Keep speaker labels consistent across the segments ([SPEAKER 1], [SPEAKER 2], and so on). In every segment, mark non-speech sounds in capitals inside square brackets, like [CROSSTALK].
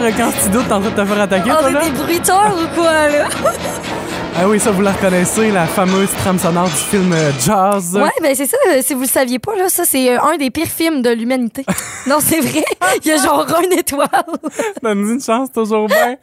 [SPEAKER 1] le 15 Tido, t'es en train de te faire attaquer,
[SPEAKER 2] On
[SPEAKER 1] toi, là?
[SPEAKER 2] est Ah, des bruiteurs ou quoi,
[SPEAKER 3] [LAUGHS]
[SPEAKER 2] là?
[SPEAKER 1] Ah oui, ça, vous la reconnaissez, la fameuse trame sonore du film euh, Jazz.
[SPEAKER 2] Ouais, ben c'est ça. euh, Si vous le saviez pas, là, ça, c'est euh, un des pires films de
[SPEAKER 3] [LAUGHS]
[SPEAKER 2] l'humanité. non, c'est vrai. Il y a genre
[SPEAKER 3] Ah,
[SPEAKER 2] une étoile.
[SPEAKER 1] [LAUGHS] Donne-nous une chance,
[SPEAKER 2] [LAUGHS]
[SPEAKER 1] toujours bien.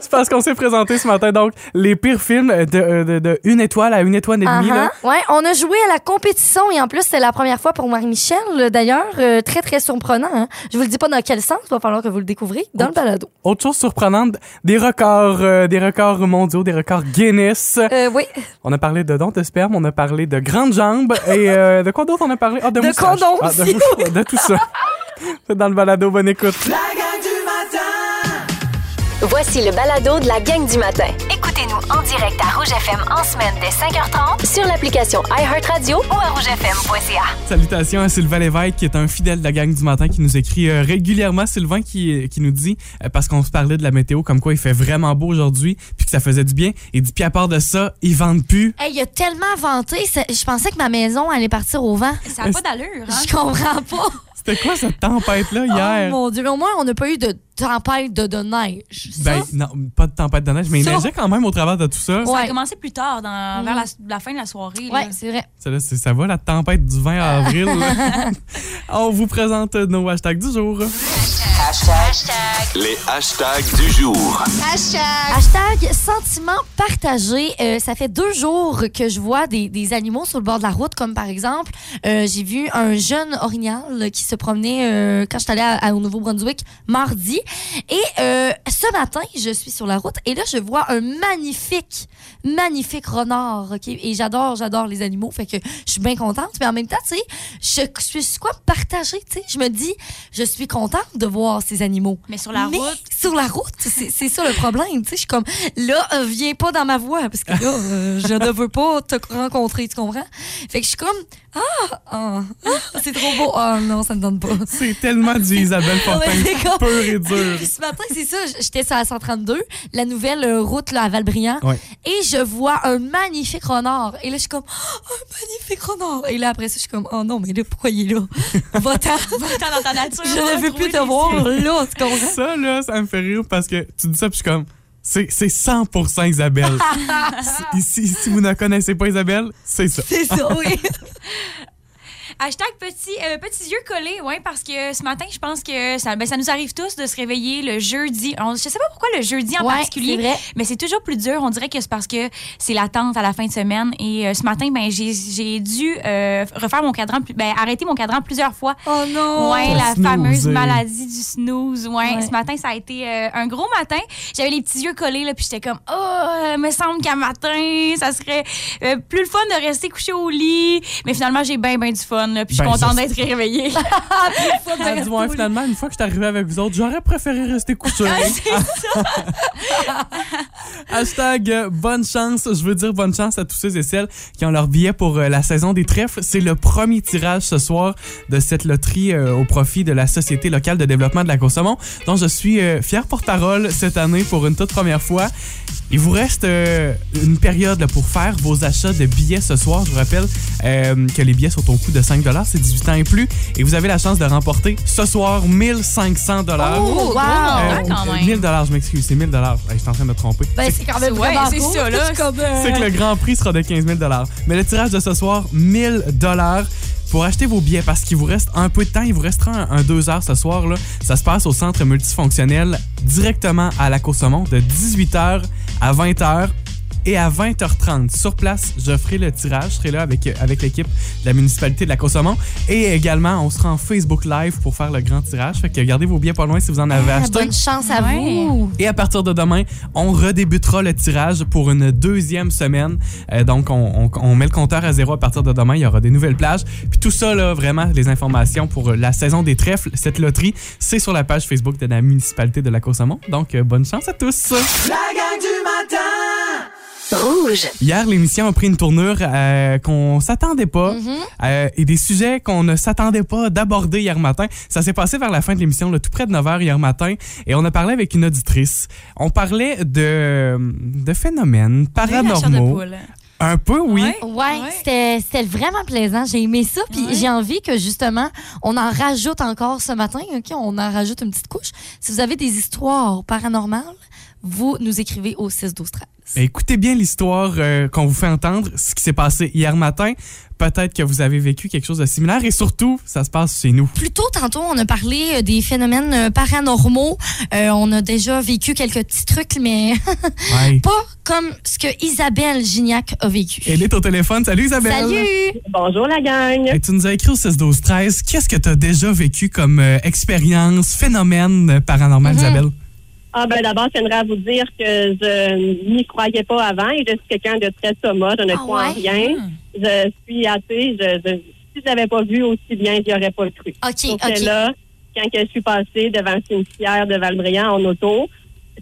[SPEAKER 1] C'est parce qu'on s'est présenté ce matin, donc, les pires films euh, de, euh, de, de une étoile à une étoile et demie,
[SPEAKER 3] hein?
[SPEAKER 1] là.
[SPEAKER 2] Uh-huh. Ouais, on a joué à la compétition et en plus, c'est la première fois pour Marie-Michel, là, d'ailleurs. Euh, très, très surprenant. hein. Je vous le dis pas dans quel sens, il va falloir que vous le découvrez dans le balado.
[SPEAKER 1] Autre chose surprenante, des records, euh, des records mondiaux, des records Guinness.
[SPEAKER 2] Euh, oui,
[SPEAKER 1] On a parlé de dons de sperme, on a parlé de grandes jambes et euh, de quoi d'autre on a parlé? Ah, de
[SPEAKER 2] De
[SPEAKER 1] moustache.
[SPEAKER 2] condoms
[SPEAKER 1] Ah, de,
[SPEAKER 2] aussi,
[SPEAKER 1] moustache, de tout
[SPEAKER 2] [LAUGHS]
[SPEAKER 1] ça. C'est dans le balado, bonne écoute.
[SPEAKER 4] La gang du matin
[SPEAKER 5] Voici le balado de la gang du matin
[SPEAKER 6] Écoutez-nous en direct à Rouge FM en semaine dès 5h30
[SPEAKER 5] sur l'application iHeartRadio.
[SPEAKER 6] ou à rougefm.ca.
[SPEAKER 1] Salutations à Sylvain Lévesque, qui est un fidèle de la gang du matin, qui nous écrit euh, régulièrement. Sylvain qui, qui nous dit, euh, parce qu'on se parlait de la météo, comme quoi il fait vraiment beau aujourd'hui, puis que ça faisait du bien. Il dit, puis à part de ça, ils vendent plus.
[SPEAKER 7] Hey, il a tellement vanté. c'est- Je pensais que ma maison allait partir au vent.
[SPEAKER 3] Ça n'a pas d'allure, hein?
[SPEAKER 7] Je comprends pas.
[SPEAKER 1] C'était quoi cette tempête-là hier?
[SPEAKER 7] Oh mon Dieu, mais au moins, on n'a pas eu de tempête de, de neige. Ça,
[SPEAKER 1] ben, non, pas de tempête de neige, mais il
[SPEAKER 7] Ça.
[SPEAKER 1] neigeait quand même au travers de tout ça.
[SPEAKER 3] Ça a
[SPEAKER 7] Ouais. Mm-hmm.
[SPEAKER 3] commencé plus tard, dans, vers la, la fin de la soirée. là.
[SPEAKER 7] ouais, c'est vrai.
[SPEAKER 1] Ça, là, c'est- ça va, la tempête du 20
[SPEAKER 7] [LAUGHS]
[SPEAKER 1] avril. On vous présente nos hashtags du jour.
[SPEAKER 8] Les hashtags du jour.
[SPEAKER 7] Hashtag sentiment partagé. Euh, ça fait deux jours que je vois des, des animaux sur le bord de la route, comme par exemple, euh, j'ai vu un jeune orignal qui se promenait euh, quand je suis allée à- à- au Nouveau-Brunswick mardi. Et euh, ce matin, je suis sur la route et là, je vois un magnifique, magnifique renard. ok? Et j'adore, j'adore les animaux. Fait que je suis bien contente. Mais en même temps, tu sais, je suis quoi partagée. tu sais. Je me dis, je suis contente de voir ces animaux.
[SPEAKER 3] Mais sur la
[SPEAKER 7] Mais
[SPEAKER 3] route, [LAUGHS]
[SPEAKER 7] Sur la route, c'est c'est ça le problème. Tu sais, je suis comme, là, euh, viens pas dans ma voie, parce que là, euh, je ne veux pas te rencontrer, tu comprends? Fait que je suis comme, ah, ah, ah, c'est trop beau. Ah non, ça me donne pas.
[SPEAKER 1] C'est tellement du Isabelle Fortin.
[SPEAKER 7] [LAUGHS] Ouais, c'est comme-
[SPEAKER 1] Peur et dur.
[SPEAKER 7] [LAUGHS] Puis ce matin, c'est ça, j'étais sur la 132, la nouvelle euh, route là, à Valbriand,
[SPEAKER 1] Ouais.
[SPEAKER 7] et je vois un magnifique renard. Et là, je suis comme, oh, un magnifique renard. Et là, après ça, je suis comme, oh non, mais là, pourquoi il est là? [LAUGHS] Va-t'en.
[SPEAKER 3] t'es dans ta nature.
[SPEAKER 7] Je ne veux plus te
[SPEAKER 3] retrouver
[SPEAKER 7] voir là, tu comprends?
[SPEAKER 1] Ça, là, ça me fait rire parce que tu dis ça, puis je suis comme. C'est c'est 100% Isabelle. Si- si, si vous ne connaissez pas Isabelle, c'est ça.
[SPEAKER 7] C'est ça, oui.
[SPEAKER 3] Hashtag petit, euh, petits yeux collés, ouais, parce que ce matin, je pense que ça, ben, ça nous arrive tous de se réveiller le jeudi. On- je sais pas pourquoi le jeudi en
[SPEAKER 7] Ouais,
[SPEAKER 3] particulier,
[SPEAKER 7] c'est vrai.
[SPEAKER 3] mais c'est toujours plus dur. On dirait que c'est parce que c'est l'attente à la fin de semaine. Et euh, ce matin, ben, j'ai- j'ai dû euh, refaire mon cadran, plus- ben, arrêter mon cadran plusieurs fois.
[SPEAKER 7] Oh non.
[SPEAKER 3] Ouais,
[SPEAKER 1] T'as
[SPEAKER 3] la
[SPEAKER 1] snoozé.
[SPEAKER 3] fameuse maladie du snooze. Ouais,
[SPEAKER 7] Ouais.
[SPEAKER 3] ce matin, ça a été euh, un gros matin. J'avais les petits yeux collés, là, puis j'étais comme, oh, euh, me semble qu'à matin, ça serait euh, plus le fun de rester couché au lit. Mais finalement, j'ai bien, bien du fun, là, puis je suis
[SPEAKER 1] Ben,
[SPEAKER 3] contente
[SPEAKER 1] ça,
[SPEAKER 3] d'être réveillée.
[SPEAKER 1] Ah, du moins, finalement, une fois que je suis arrivé avec vous autres, j'aurais préféré rester couché. Hashtag euh, bonne chance. Je veux dire bonne chance à tous ceux et celles qui ont leur billet pour euh, la saison des trèfles. C'est le premier tirage ce soir de cette loterie euh, au profit de la Société locale de développement de la Côte-Saumon, dont je suis euh, fier porte-parole cette année pour une toute première fois. Il vous reste euh, une période là, pour faire vos achats de billets ce soir. Je vous rappelle euh, que les billets sont au coût de 5 c'est 18 ans et plus. Et vous avez la chance de remporter ce soir 1500
[SPEAKER 7] Oh, wow.
[SPEAKER 3] Ah, quand même.
[SPEAKER 1] 1000 Euh, je m'excuse, c'est 1000 dollars. Je suis en train de me tromper.
[SPEAKER 7] Ben, c'est quand même
[SPEAKER 3] Ouais,
[SPEAKER 7] vraiment
[SPEAKER 3] c'est
[SPEAKER 7] beau.
[SPEAKER 3] ça, là.
[SPEAKER 7] C'est comme, euh,
[SPEAKER 1] C'est que le grand prix sera de 15 000 Mais le tirage de ce soir, 1000 pour acheter vos billets parce qu'il vous reste un peu de temps. Il vous restera un, un deux heures ce soir. Là. Ça se passe au centre multifonctionnel directement à la Côte-Saumon de 18h à 20h. Et à 20h30, sur place, je ferai le tirage. Je serai là avec, euh, avec l'équipe de la municipalité de la Côte-Saumon. Et également, on sera en Facebook Live pour faire le grand tirage. Fait que gardez vos billets pas loin si vous en avez
[SPEAKER 7] Ah,
[SPEAKER 1] acheté.
[SPEAKER 7] bonne chance à
[SPEAKER 3] Ouais.
[SPEAKER 7] vous.
[SPEAKER 1] Et à partir de demain, on redébutera le tirage pour une deuxième semaine. Euh, donc, on, on- on met le compteur à zéro à partir de demain. Il y aura des nouvelles plages. Puis tout ça, là, vraiment, les informations pour euh, la saison des trèfles, cette loterie, c'est sur la page Facebook de la municipalité de la Côte-Saumon. Donc, euh, bonne chance à tous.
[SPEAKER 4] La gang du matin
[SPEAKER 1] Hier, l'émission a pris une tournure euh, qu'on s'attendait pas
[SPEAKER 3] Mhm.
[SPEAKER 1] euh, et des sujets qu'on ne s'attendait pas d'aborder hier matin. Ça s'est passé vers la fin de l'émission, là, tout près de 9h hier matin, et on a parlé avec une auditrice. On parlait de, de phénomènes
[SPEAKER 3] La chair de
[SPEAKER 1] paranormaux.
[SPEAKER 3] poule.
[SPEAKER 1] Un peu, oui.
[SPEAKER 3] Ouais.
[SPEAKER 7] Ouais, c'était c'était vraiment plaisant. J'ai aimé ça. Puis j'ai envie que justement, on en rajoute encore ce matin. OK, on en rajoute une petite couche. Si vous avez des histoires paranormales, vous nous écrivez au 6 12 13.
[SPEAKER 1] Écoutez bien l'histoire euh, qu'on vous fait entendre, ce qui s'est passé hier matin. Peut-être que vous avez vécu quelque chose de similaire et surtout, ça se passe chez nous.
[SPEAKER 7] Plus tôt, tantôt, on a parlé euh, des phénomènes euh, paranormaux. Euh, on a déjà vécu quelques petits trucs, mais [LAUGHS]
[SPEAKER 3] [LAUGHS]
[SPEAKER 1] Ouais.
[SPEAKER 7] pas comme ce que Isabelle Gignac a vécu.
[SPEAKER 1] Elle est au téléphone. Salut Isabelle.
[SPEAKER 7] Salut!
[SPEAKER 9] Bonjour la gang.
[SPEAKER 1] Et tu nous as écrit au 16 12 13 qu'est-ce que tu as déjà vécu comme euh, expérience, phénomène euh,
[SPEAKER 7] Mm-hmm.
[SPEAKER 1] paranormal, Isabelle?
[SPEAKER 9] Ah ben d'abord, j'aimerais à vous dire que je n'y croyais pas avant et je suis quelqu'un de très soma, je ne
[SPEAKER 7] Ah
[SPEAKER 9] crois en
[SPEAKER 7] ouais?
[SPEAKER 9] rien. Je suis athée, je, je, si je n'avais pas vu aussi bien, je n'aurais pas cru.
[SPEAKER 7] OK,
[SPEAKER 9] Sauf que
[SPEAKER 7] OK.
[SPEAKER 9] là, quand que je suis passée devant le cimetière de Valbriand en auto,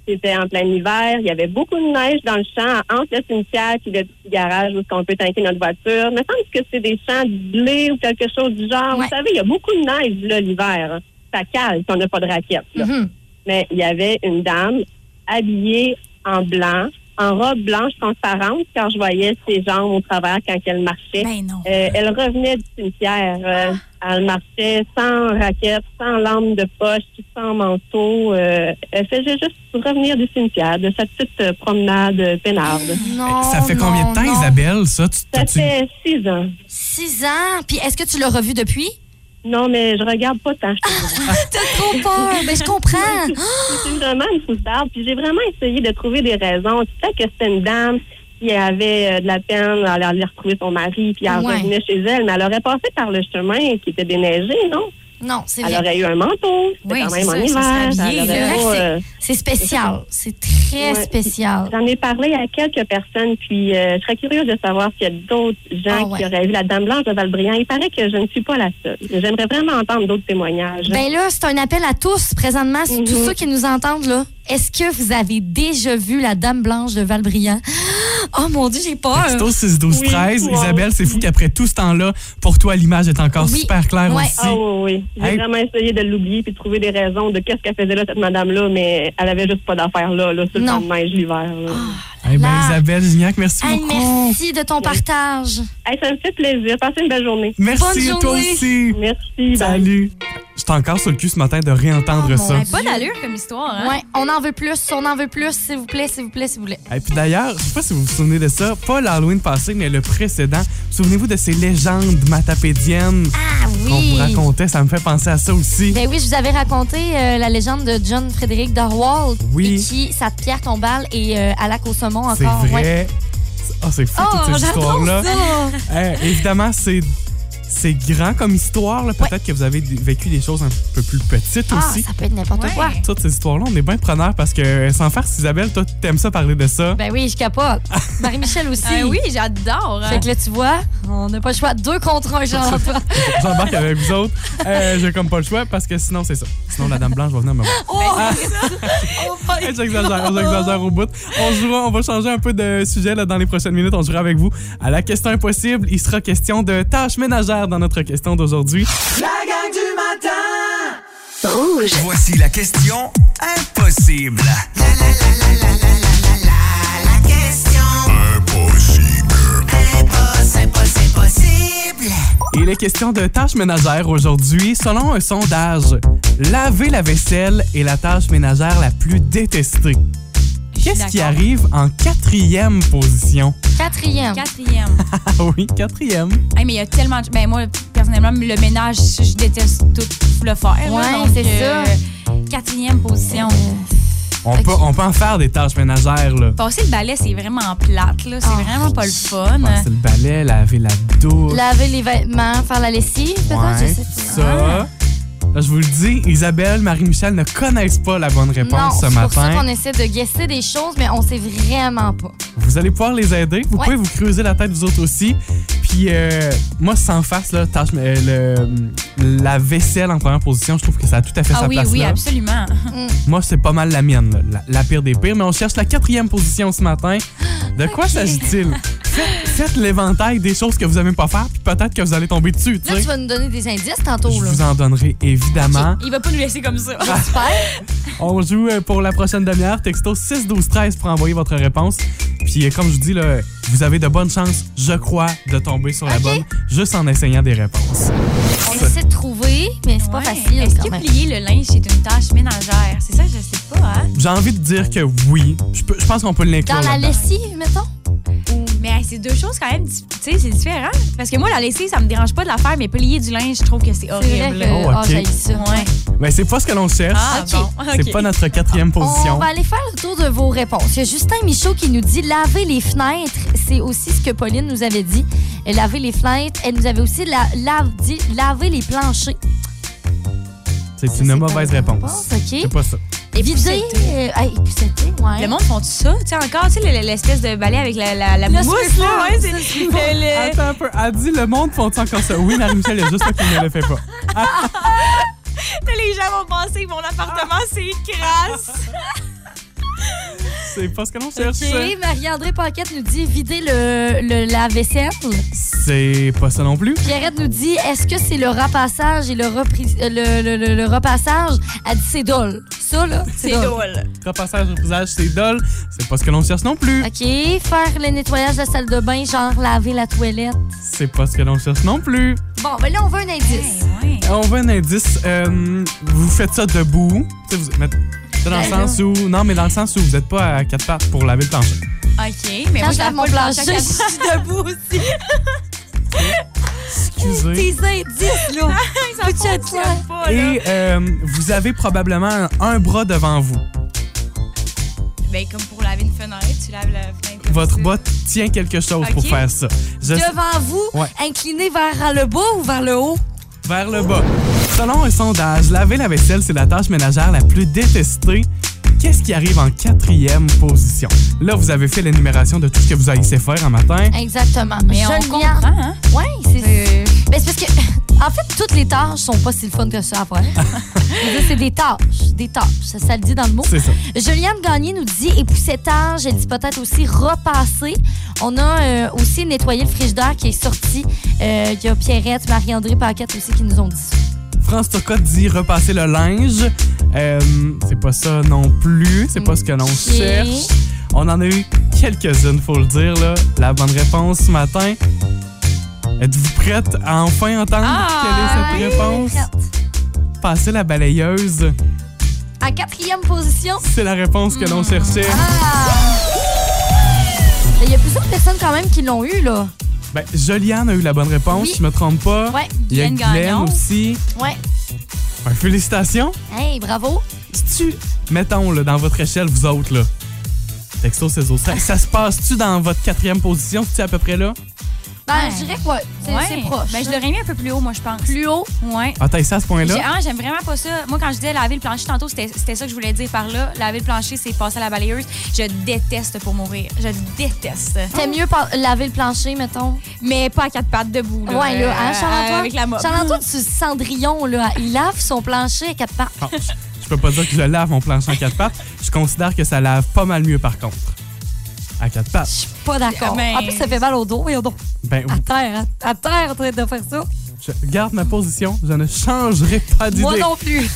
[SPEAKER 9] c'était en plein hiver, il y avait beaucoup de neige dans le champ entre le cimetière et le petit garage où on peut tanker notre voiture. Il me semble que c'est des champs de blé ou quelque chose du genre.
[SPEAKER 7] Ouais.
[SPEAKER 9] Vous savez, il y a beaucoup de neige là, l'hiver. hein. Ça cale si on n'a pas de raquette. là.
[SPEAKER 7] Mhm.
[SPEAKER 9] Mais il y avait une dame habillée en blanc, en robe blanche transparente, quand je voyais ses jambes au travers quand elle marchait.
[SPEAKER 3] Ben non.
[SPEAKER 9] Euh, elle revenait du cimetière. euh, Elle marchait sans raquette, sans lampe de poche, sans manteau. euh, elle faisait juste revenir du cimetière, de sa petite euh, promenade peinarde.
[SPEAKER 7] Non,
[SPEAKER 1] ça fait combien de
[SPEAKER 7] Oh, non,
[SPEAKER 1] temps,
[SPEAKER 7] non.
[SPEAKER 1] Isabelle, ça? Tu,
[SPEAKER 9] Ça
[SPEAKER 1] t'as-tu-
[SPEAKER 9] fait six ans.
[SPEAKER 7] Six ans. Puis est-ce que tu l'as revu depuis?
[SPEAKER 9] Non, mais je regarde pas tant. Je te dirais.
[SPEAKER 7] T'as trop peur. Mais Ben, je comprends.
[SPEAKER 9] C'est vraiment une foutarde. Puis j'ai vraiment essayé de trouver des raisons. Tu sais que c'était une dame qui avait euh, de la peine à aller retrouver son mari, puis elle
[SPEAKER 7] Ouais.
[SPEAKER 9] revenait chez elle, mais elle aurait passé par le chemin qui était déneigé, non?
[SPEAKER 7] Non, c'est
[SPEAKER 9] Elle
[SPEAKER 7] vrai.
[SPEAKER 9] aurait eu un manteau. C'était
[SPEAKER 3] Oui,
[SPEAKER 9] quand
[SPEAKER 3] c'est
[SPEAKER 9] même en
[SPEAKER 3] ça, ça
[SPEAKER 9] hiver.
[SPEAKER 3] serait
[SPEAKER 9] Elle
[SPEAKER 3] habillé,
[SPEAKER 9] aurait
[SPEAKER 7] là.
[SPEAKER 9] pas,
[SPEAKER 7] C'est-
[SPEAKER 9] euh,
[SPEAKER 7] C'est spécial. C'est très
[SPEAKER 9] Ouais.
[SPEAKER 7] spécial.
[SPEAKER 9] J'en ai parlé à quelques personnes, puis euh, je serais curieuse de savoir s'il y a d'autres gens
[SPEAKER 7] Ah ouais.
[SPEAKER 9] qui auraient vu la Dame Blanche de Valbriand. Il paraît que je ne suis pas la seule. J'aimerais vraiment entendre d'autres témoignages.
[SPEAKER 7] Ben là, c'est un appel à tous présentement, c'est tous
[SPEAKER 9] Mhm.
[SPEAKER 7] ceux qui nous entendent là. Est-ce que vous avez déjà vu la Dame Blanche de Valbriand? Oh mon Dieu, j'ai
[SPEAKER 1] C'est
[SPEAKER 7] peur.
[SPEAKER 1] au 6 12 13
[SPEAKER 9] Oui, oui.
[SPEAKER 1] Isabelle, c'est fou qu'après tout ce temps-là, pour toi, l'image est encore
[SPEAKER 7] Oui.
[SPEAKER 1] super claire
[SPEAKER 7] Ouais. Oh,
[SPEAKER 1] aussi.
[SPEAKER 9] ah oui, oui. J'ai
[SPEAKER 1] Hey.
[SPEAKER 9] vraiment essayé de l'oublier puis de trouver des raisons de qu'est-ce qu'elle faisait là, cette madame-là, mais elle avait juste pas d'affaires là, là, sur le
[SPEAKER 7] Non. Ah.
[SPEAKER 9] temps de neige l'hiver. là.
[SPEAKER 1] Eh ben,
[SPEAKER 7] là.
[SPEAKER 1] Isabelle Gignac, merci
[SPEAKER 7] Hey,
[SPEAKER 1] beaucoup.
[SPEAKER 7] merci de ton partage.
[SPEAKER 9] Hey, ça me fait plaisir. Passez une belle journée.
[SPEAKER 1] Merci,
[SPEAKER 7] Bonne
[SPEAKER 1] toi
[SPEAKER 7] journée.
[SPEAKER 1] aussi.
[SPEAKER 9] Merci. bye.
[SPEAKER 1] Salut. J'étais encore sur le cul ce matin de réentendre
[SPEAKER 7] Oh, mon
[SPEAKER 1] ça.
[SPEAKER 3] Ben, Bonne allure comme histoire, hein?
[SPEAKER 7] Ouais, on en veut plus, on en veut plus, s'il vous plaît, s'il vous plaît, s'il vous plaît.
[SPEAKER 1] Et puis d'ailleurs, je sais pas si vous vous souvenez de ça, pas l'Halloween passé, mais le précédent. Souvenez-vous de ces légendes matapédiennes
[SPEAKER 7] Ah
[SPEAKER 1] qu'on vous
[SPEAKER 7] oui.
[SPEAKER 1] racontait, ça me fait penser à ça aussi.
[SPEAKER 7] Ben oui, je vous avais raconté euh, la légende de John Frédéric Dorwald
[SPEAKER 1] Oui.
[SPEAKER 7] et qui sa pierre tombale et euh, à lac au saumon
[SPEAKER 1] C'est
[SPEAKER 7] encore. Ouais.
[SPEAKER 1] vrai. Ah, c'est fou
[SPEAKER 7] Oh,
[SPEAKER 1] toutes ces
[SPEAKER 7] j'adore
[SPEAKER 1] histoires-là. [LAUGHS]
[SPEAKER 7] ça.
[SPEAKER 1] Eh, évidemment, c'est. C'est grand comme histoire, là. peut-être que vous avez d- vécu des choses un peu plus petites
[SPEAKER 7] Ah,
[SPEAKER 1] aussi.
[SPEAKER 7] ça peut être n'importe
[SPEAKER 3] Ouais.
[SPEAKER 7] quoi.
[SPEAKER 1] Toutes ces histoires-là, on est bien preneurs parce que sans faire, Isabelle, toi, t'aimes ça parler de ça.
[SPEAKER 7] Ben oui,
[SPEAKER 1] [LAUGHS]
[SPEAKER 7] je capote. Marie-Michel aussi.
[SPEAKER 3] Ah oui, j'adore. hein.
[SPEAKER 7] Fait que là, tu vois, on n'a pas le choix. Deux contre
[SPEAKER 1] [LAUGHS]
[SPEAKER 7] un, genre.
[SPEAKER 1] J'embarque avec vous autres. Euh, J'ai comme pas le choix parce que sinon, c'est ça. Sinon, la Dame Blanche va venir me voir. Hey, J'exagère, j'exagère au bout. On jouera, on va changer un peu de sujet là, dans les prochaines minutes. On jouera avec vous à la question impossible. Il sera question de tâches ménagères dans notre question d'aujourd'hui.
[SPEAKER 4] La gang du matin!
[SPEAKER 10] Voici la question impossible.
[SPEAKER 1] Il est question de tâches ménagères aujourd'hui. Selon un sondage, laver la vaisselle est la tâche ménagère la plus détestée. Qu'est-ce qui
[SPEAKER 3] d'accord.
[SPEAKER 1] arrive en quatrième position? [LAUGHS]
[SPEAKER 7] Quatrième.
[SPEAKER 3] Quatrième.
[SPEAKER 1] Ah oui, quatrième.
[SPEAKER 3] Hey, mais il y a tellement de. Ben, moi, personnellement, le ménage, je déteste tout le faire. là.
[SPEAKER 7] Ouais,
[SPEAKER 3] Donc, euh,
[SPEAKER 7] c'est
[SPEAKER 3] Quatrième position.
[SPEAKER 1] On, peut, on peut en faire des tâches ménagères, là.
[SPEAKER 3] Passer le balai, c'est vraiment plate, là. C'est
[SPEAKER 7] Ah.
[SPEAKER 3] vraiment pas le fun.
[SPEAKER 1] C'est le balai, laver la douche.
[SPEAKER 7] Laver les vêtements, faire la lessive, peut-être,
[SPEAKER 1] Ouais,
[SPEAKER 7] je sais
[SPEAKER 1] tout
[SPEAKER 7] pas. Ah.
[SPEAKER 1] ça. Là, je vous le dis, Isabelle, Marie-Michel ne connaissent pas la bonne
[SPEAKER 7] Non,
[SPEAKER 1] réponse
[SPEAKER 7] c'est
[SPEAKER 1] ce
[SPEAKER 7] pour ça
[SPEAKER 1] matin.
[SPEAKER 7] qu'on essaie de guesser des choses, mais on sait vraiment pas.
[SPEAKER 1] Vous allez pouvoir les aider. Vous
[SPEAKER 7] Ouais.
[SPEAKER 1] pouvez vous creuser la tête, vous autres aussi. Puis, euh, moi, sans face, là, tâche, euh, le- la vaisselle en première position, je trouve que ça a tout à fait
[SPEAKER 3] Ah
[SPEAKER 1] sa
[SPEAKER 3] oui,
[SPEAKER 1] place
[SPEAKER 3] oui,
[SPEAKER 1] là.
[SPEAKER 3] absolument.
[SPEAKER 1] Moi, c'est pas mal la mienne, là, la, la pire des pires. Mais on cherche la quatrième position ce matin. De quoi s'agit-il? Faites, faites l'éventail des choses que vous n'aimez pas faire, puis peut-être que vous allez tomber dessus. tu
[SPEAKER 7] Là,
[SPEAKER 1] sais.
[SPEAKER 7] tu vas nous donner des indices tantôt.
[SPEAKER 1] Je
[SPEAKER 7] là.
[SPEAKER 1] vous en donnerai évidemment.
[SPEAKER 7] Hein?
[SPEAKER 3] Il va pas nous laisser comme ça.
[SPEAKER 7] Ah,
[SPEAKER 1] On joue euh, pour la prochaine demi-heure. Texto 6 12 13 pour envoyer votre réponse. Puis euh, comme je vous dis, là, vous avez de bonnes chances, je crois, de tomber sur la
[SPEAKER 7] Ok.
[SPEAKER 1] bonne juste en essayant des réponses.
[SPEAKER 7] On essaie de trouver, mais c'est pas
[SPEAKER 3] Ouais.
[SPEAKER 7] facile.
[SPEAKER 3] Est-ce
[SPEAKER 7] quand
[SPEAKER 3] que
[SPEAKER 7] même.
[SPEAKER 3] plier le linge, c'est une tâche ménagère? C'est ça, je sais pas, hein?
[SPEAKER 1] J'ai envie de dire que oui. Je, peux- je pense qu'on peut l'inclure.
[SPEAKER 7] Dans la
[SPEAKER 1] là-dedans.
[SPEAKER 7] lessive, mettons?
[SPEAKER 3] Mais hey, c'est deux choses quand même, dif- tu sais, c'est différent. Parce que moi, la lessive, ça me dérange pas de la faire, mais plier du linge, je trouve que c'est
[SPEAKER 7] C'est
[SPEAKER 3] horrible.
[SPEAKER 7] vrai que
[SPEAKER 1] Oh, ok.
[SPEAKER 7] oh, j'haïs ça.
[SPEAKER 3] Ouais.
[SPEAKER 1] Mais c'est pas ce que l'on cherche.
[SPEAKER 3] Ah,
[SPEAKER 7] ok.
[SPEAKER 3] bon.
[SPEAKER 1] C'est
[SPEAKER 3] ok.
[SPEAKER 1] pas notre quatrième
[SPEAKER 7] On
[SPEAKER 1] position.
[SPEAKER 7] va aller faire le tour de vos réponses. Il y a Justin Michaud qui nous dit laver les fenêtres. C'est aussi ce que Pauline nous avait dit. Euh, Laver les fenêtres. Elle nous avait aussi la, lave- dit laver les planchers.
[SPEAKER 1] C'est
[SPEAKER 7] Ça,
[SPEAKER 1] une
[SPEAKER 7] c'est pas
[SPEAKER 1] mauvaise
[SPEAKER 7] une
[SPEAKER 1] réponse.
[SPEAKER 7] réponse, ok.
[SPEAKER 1] C'est pas ça.
[SPEAKER 7] Et vider.
[SPEAKER 3] poussetter.
[SPEAKER 7] Euh, hey, poussetter, ouais.
[SPEAKER 3] Le monde font ça, tu sais, encore, tu sais, le- le- l'espèce de balai avec la, la, la
[SPEAKER 7] Le
[SPEAKER 3] mousse,
[SPEAKER 7] spray
[SPEAKER 3] là,
[SPEAKER 7] foam,
[SPEAKER 3] ouais,
[SPEAKER 7] ça,
[SPEAKER 3] c'est
[SPEAKER 7] le spray
[SPEAKER 3] le- le-
[SPEAKER 1] Attends un peu. Elle dit le monde font encore ça. Oui, Marie-Michel, il y a juste ça qui ne le fait pas.
[SPEAKER 7] Ah,
[SPEAKER 3] [LAUGHS] les gens vont penser que mon appartement, c'est crasse.
[SPEAKER 7] Ah.
[SPEAKER 1] C'est pas ce que l'on cherche.
[SPEAKER 7] Ok, Marie-André Paquette nous dit vider le, le- la vaisselle.
[SPEAKER 1] C'est pas ça non plus.
[SPEAKER 7] Pierrette nous dit est-ce que c'est le repassage et le, repris- euh, le, le- le- le repassage Elle dit c'est dole. Ça, là, c'est dole.
[SPEAKER 1] Repassage au visage, c'est dol. C'est pas ce que l'on cherche non plus.
[SPEAKER 7] OK, faire le nettoyage de la salle de bain, genre laver la toilette.
[SPEAKER 1] C'est pas ce que l'on cherche non plus.
[SPEAKER 7] Bon, ben là, on veut un indice.
[SPEAKER 3] Ben Ouais.
[SPEAKER 1] On veut un indice. euh, vous faites ça debout. Tu sais, vous- mais- c'est dans le
[SPEAKER 7] Ben
[SPEAKER 1] sens où. Non, mais dans le sens où vous n'êtes pas à quatre pattes pour laver le plancher.
[SPEAKER 3] OK,
[SPEAKER 7] Quand
[SPEAKER 3] mais moi,
[SPEAKER 7] je lave
[SPEAKER 3] je lave
[SPEAKER 7] mon
[SPEAKER 3] pas le plancher
[SPEAKER 7] plancher,
[SPEAKER 3] à
[SPEAKER 7] je
[SPEAKER 3] quatre-
[SPEAKER 7] suis
[SPEAKER 3] [LAUGHS]
[SPEAKER 7] debout aussi.
[SPEAKER 1] Excusez.
[SPEAKER 7] Tes
[SPEAKER 1] [LAUGHS]
[SPEAKER 7] indices, là.
[SPEAKER 3] Ça
[SPEAKER 7] Peut-être
[SPEAKER 3] fonctionne pas, là.
[SPEAKER 1] Et euh, vous avez probablement un- un bras devant vous.
[SPEAKER 3] Ben, comme pour laver une fenêtre, tu laves la fenêtre. comme
[SPEAKER 1] Votre
[SPEAKER 3] ça.
[SPEAKER 1] bas tient quelque chose pour
[SPEAKER 3] Ok.
[SPEAKER 1] faire ça. Je-
[SPEAKER 7] Devant vous,
[SPEAKER 1] Ouais.
[SPEAKER 7] incliné vers le bas ou vers le haut?
[SPEAKER 1] vers le bas. Selon un sondage, laver la vaisselle, c'est la tâche ménagère la plus détestée. Qu'est-ce qui arrive en quatrième position? Là, vous avez fait l'énumération de tout ce que vous haïssez faire un matin.
[SPEAKER 7] Exactement.
[SPEAKER 3] Mais on
[SPEAKER 7] Geneviève-
[SPEAKER 3] comprend, hein?
[SPEAKER 7] Ouais, c'est.
[SPEAKER 3] Euh,
[SPEAKER 7] Ben, c'est parce que, en fait, toutes les tâches sont pas si le fun que ça
[SPEAKER 1] [LAUGHS]
[SPEAKER 7] à faire. Je veux dire, c'est des tâches, des tâches. Ça, ça le dit dans le mot.
[SPEAKER 1] C'est ça.
[SPEAKER 7] Juliane Gagné nous dit époussetage, elle dit peut-être aussi repasser. On a euh, aussi nettoyé le frigidaire qui est sorti. Euh, Il y a Pierrette, Marie-André Paquette aussi qui nous ont dit ça.
[SPEAKER 1] France Turcotte dit repasser le linge. Euh, c'est pas ça non plus. C'est pas ce que l'on
[SPEAKER 7] Ok.
[SPEAKER 1] cherche. On en a eu quelques-unes, faut le dire. Là. La bonne réponse ce matin. Êtes-vous prête à enfin entendre
[SPEAKER 3] Ah,
[SPEAKER 1] quelle est cette réponse? Passer la balayeuse.
[SPEAKER 7] En quatrième position,
[SPEAKER 1] C'est la réponse que
[SPEAKER 7] Hmm.
[SPEAKER 1] l'on cherchait.
[SPEAKER 7] Ah. ben, il y a plusieurs personnes quand même qui l'ont eu, là.
[SPEAKER 1] Ben, Joliane a eu la bonne réponse,
[SPEAKER 7] Oui.
[SPEAKER 1] je me trompe pas.
[SPEAKER 7] Ouais,
[SPEAKER 1] Il y a
[SPEAKER 3] Guylaine
[SPEAKER 1] Guylaine
[SPEAKER 3] Gagnon.
[SPEAKER 1] aussi.
[SPEAKER 7] ouais.
[SPEAKER 1] Ben, félicitations.
[SPEAKER 7] Hey, bravo.
[SPEAKER 1] Si tu, mettons, là, dans votre échelle, vous autres, là, texto, c'est ça. Ça se passe-tu dans votre quatrième position, si tu es à peu près là?
[SPEAKER 7] Ben,
[SPEAKER 3] Ouais.
[SPEAKER 7] je dirais que ouais, c'est
[SPEAKER 3] ouais.
[SPEAKER 7] c'est proche.
[SPEAKER 3] Ben, je l'aurais mis un peu plus haut, moi, je pense.
[SPEAKER 7] Plus haut.
[SPEAKER 3] Ouais.
[SPEAKER 1] Ah, t'as ça à ce
[SPEAKER 3] J'ai-
[SPEAKER 1] point-là?
[SPEAKER 3] ah, j'aime vraiment pas ça. Moi, quand je disais laver le plancher tantôt, c'était c'était ça que je voulais dire par là. Laver le plancher, c'est passer à la balayeuse. Je déteste pour mourir. Je déteste.
[SPEAKER 7] T'aimes mieux par- laver le plancher, mettons.
[SPEAKER 3] Mais pas à quatre pattes debout. Là,
[SPEAKER 7] ouais, là, hein,
[SPEAKER 3] Euh,
[SPEAKER 7] Charles-Antoine?
[SPEAKER 3] Avec la mop.
[SPEAKER 7] Charles-Antoine, tu Cendrillon, là, il lave son plancher à quatre pattes.
[SPEAKER 1] Ah, je- je peux pas dire que je lave mon plancher en quatre pattes. Je considère que ça lave pas mal mieux, par contre. À quatre
[SPEAKER 7] Je
[SPEAKER 1] pattes.
[SPEAKER 7] suis pas d'accord.
[SPEAKER 3] Mais-
[SPEAKER 7] En plus, ça fait mal au dos. Voyons donc.
[SPEAKER 1] Ben,
[SPEAKER 7] À terre, à, à terre, en train de faire ça.
[SPEAKER 1] je garde ma position. Je ne changerai pas d'idée.
[SPEAKER 7] Moi non plus.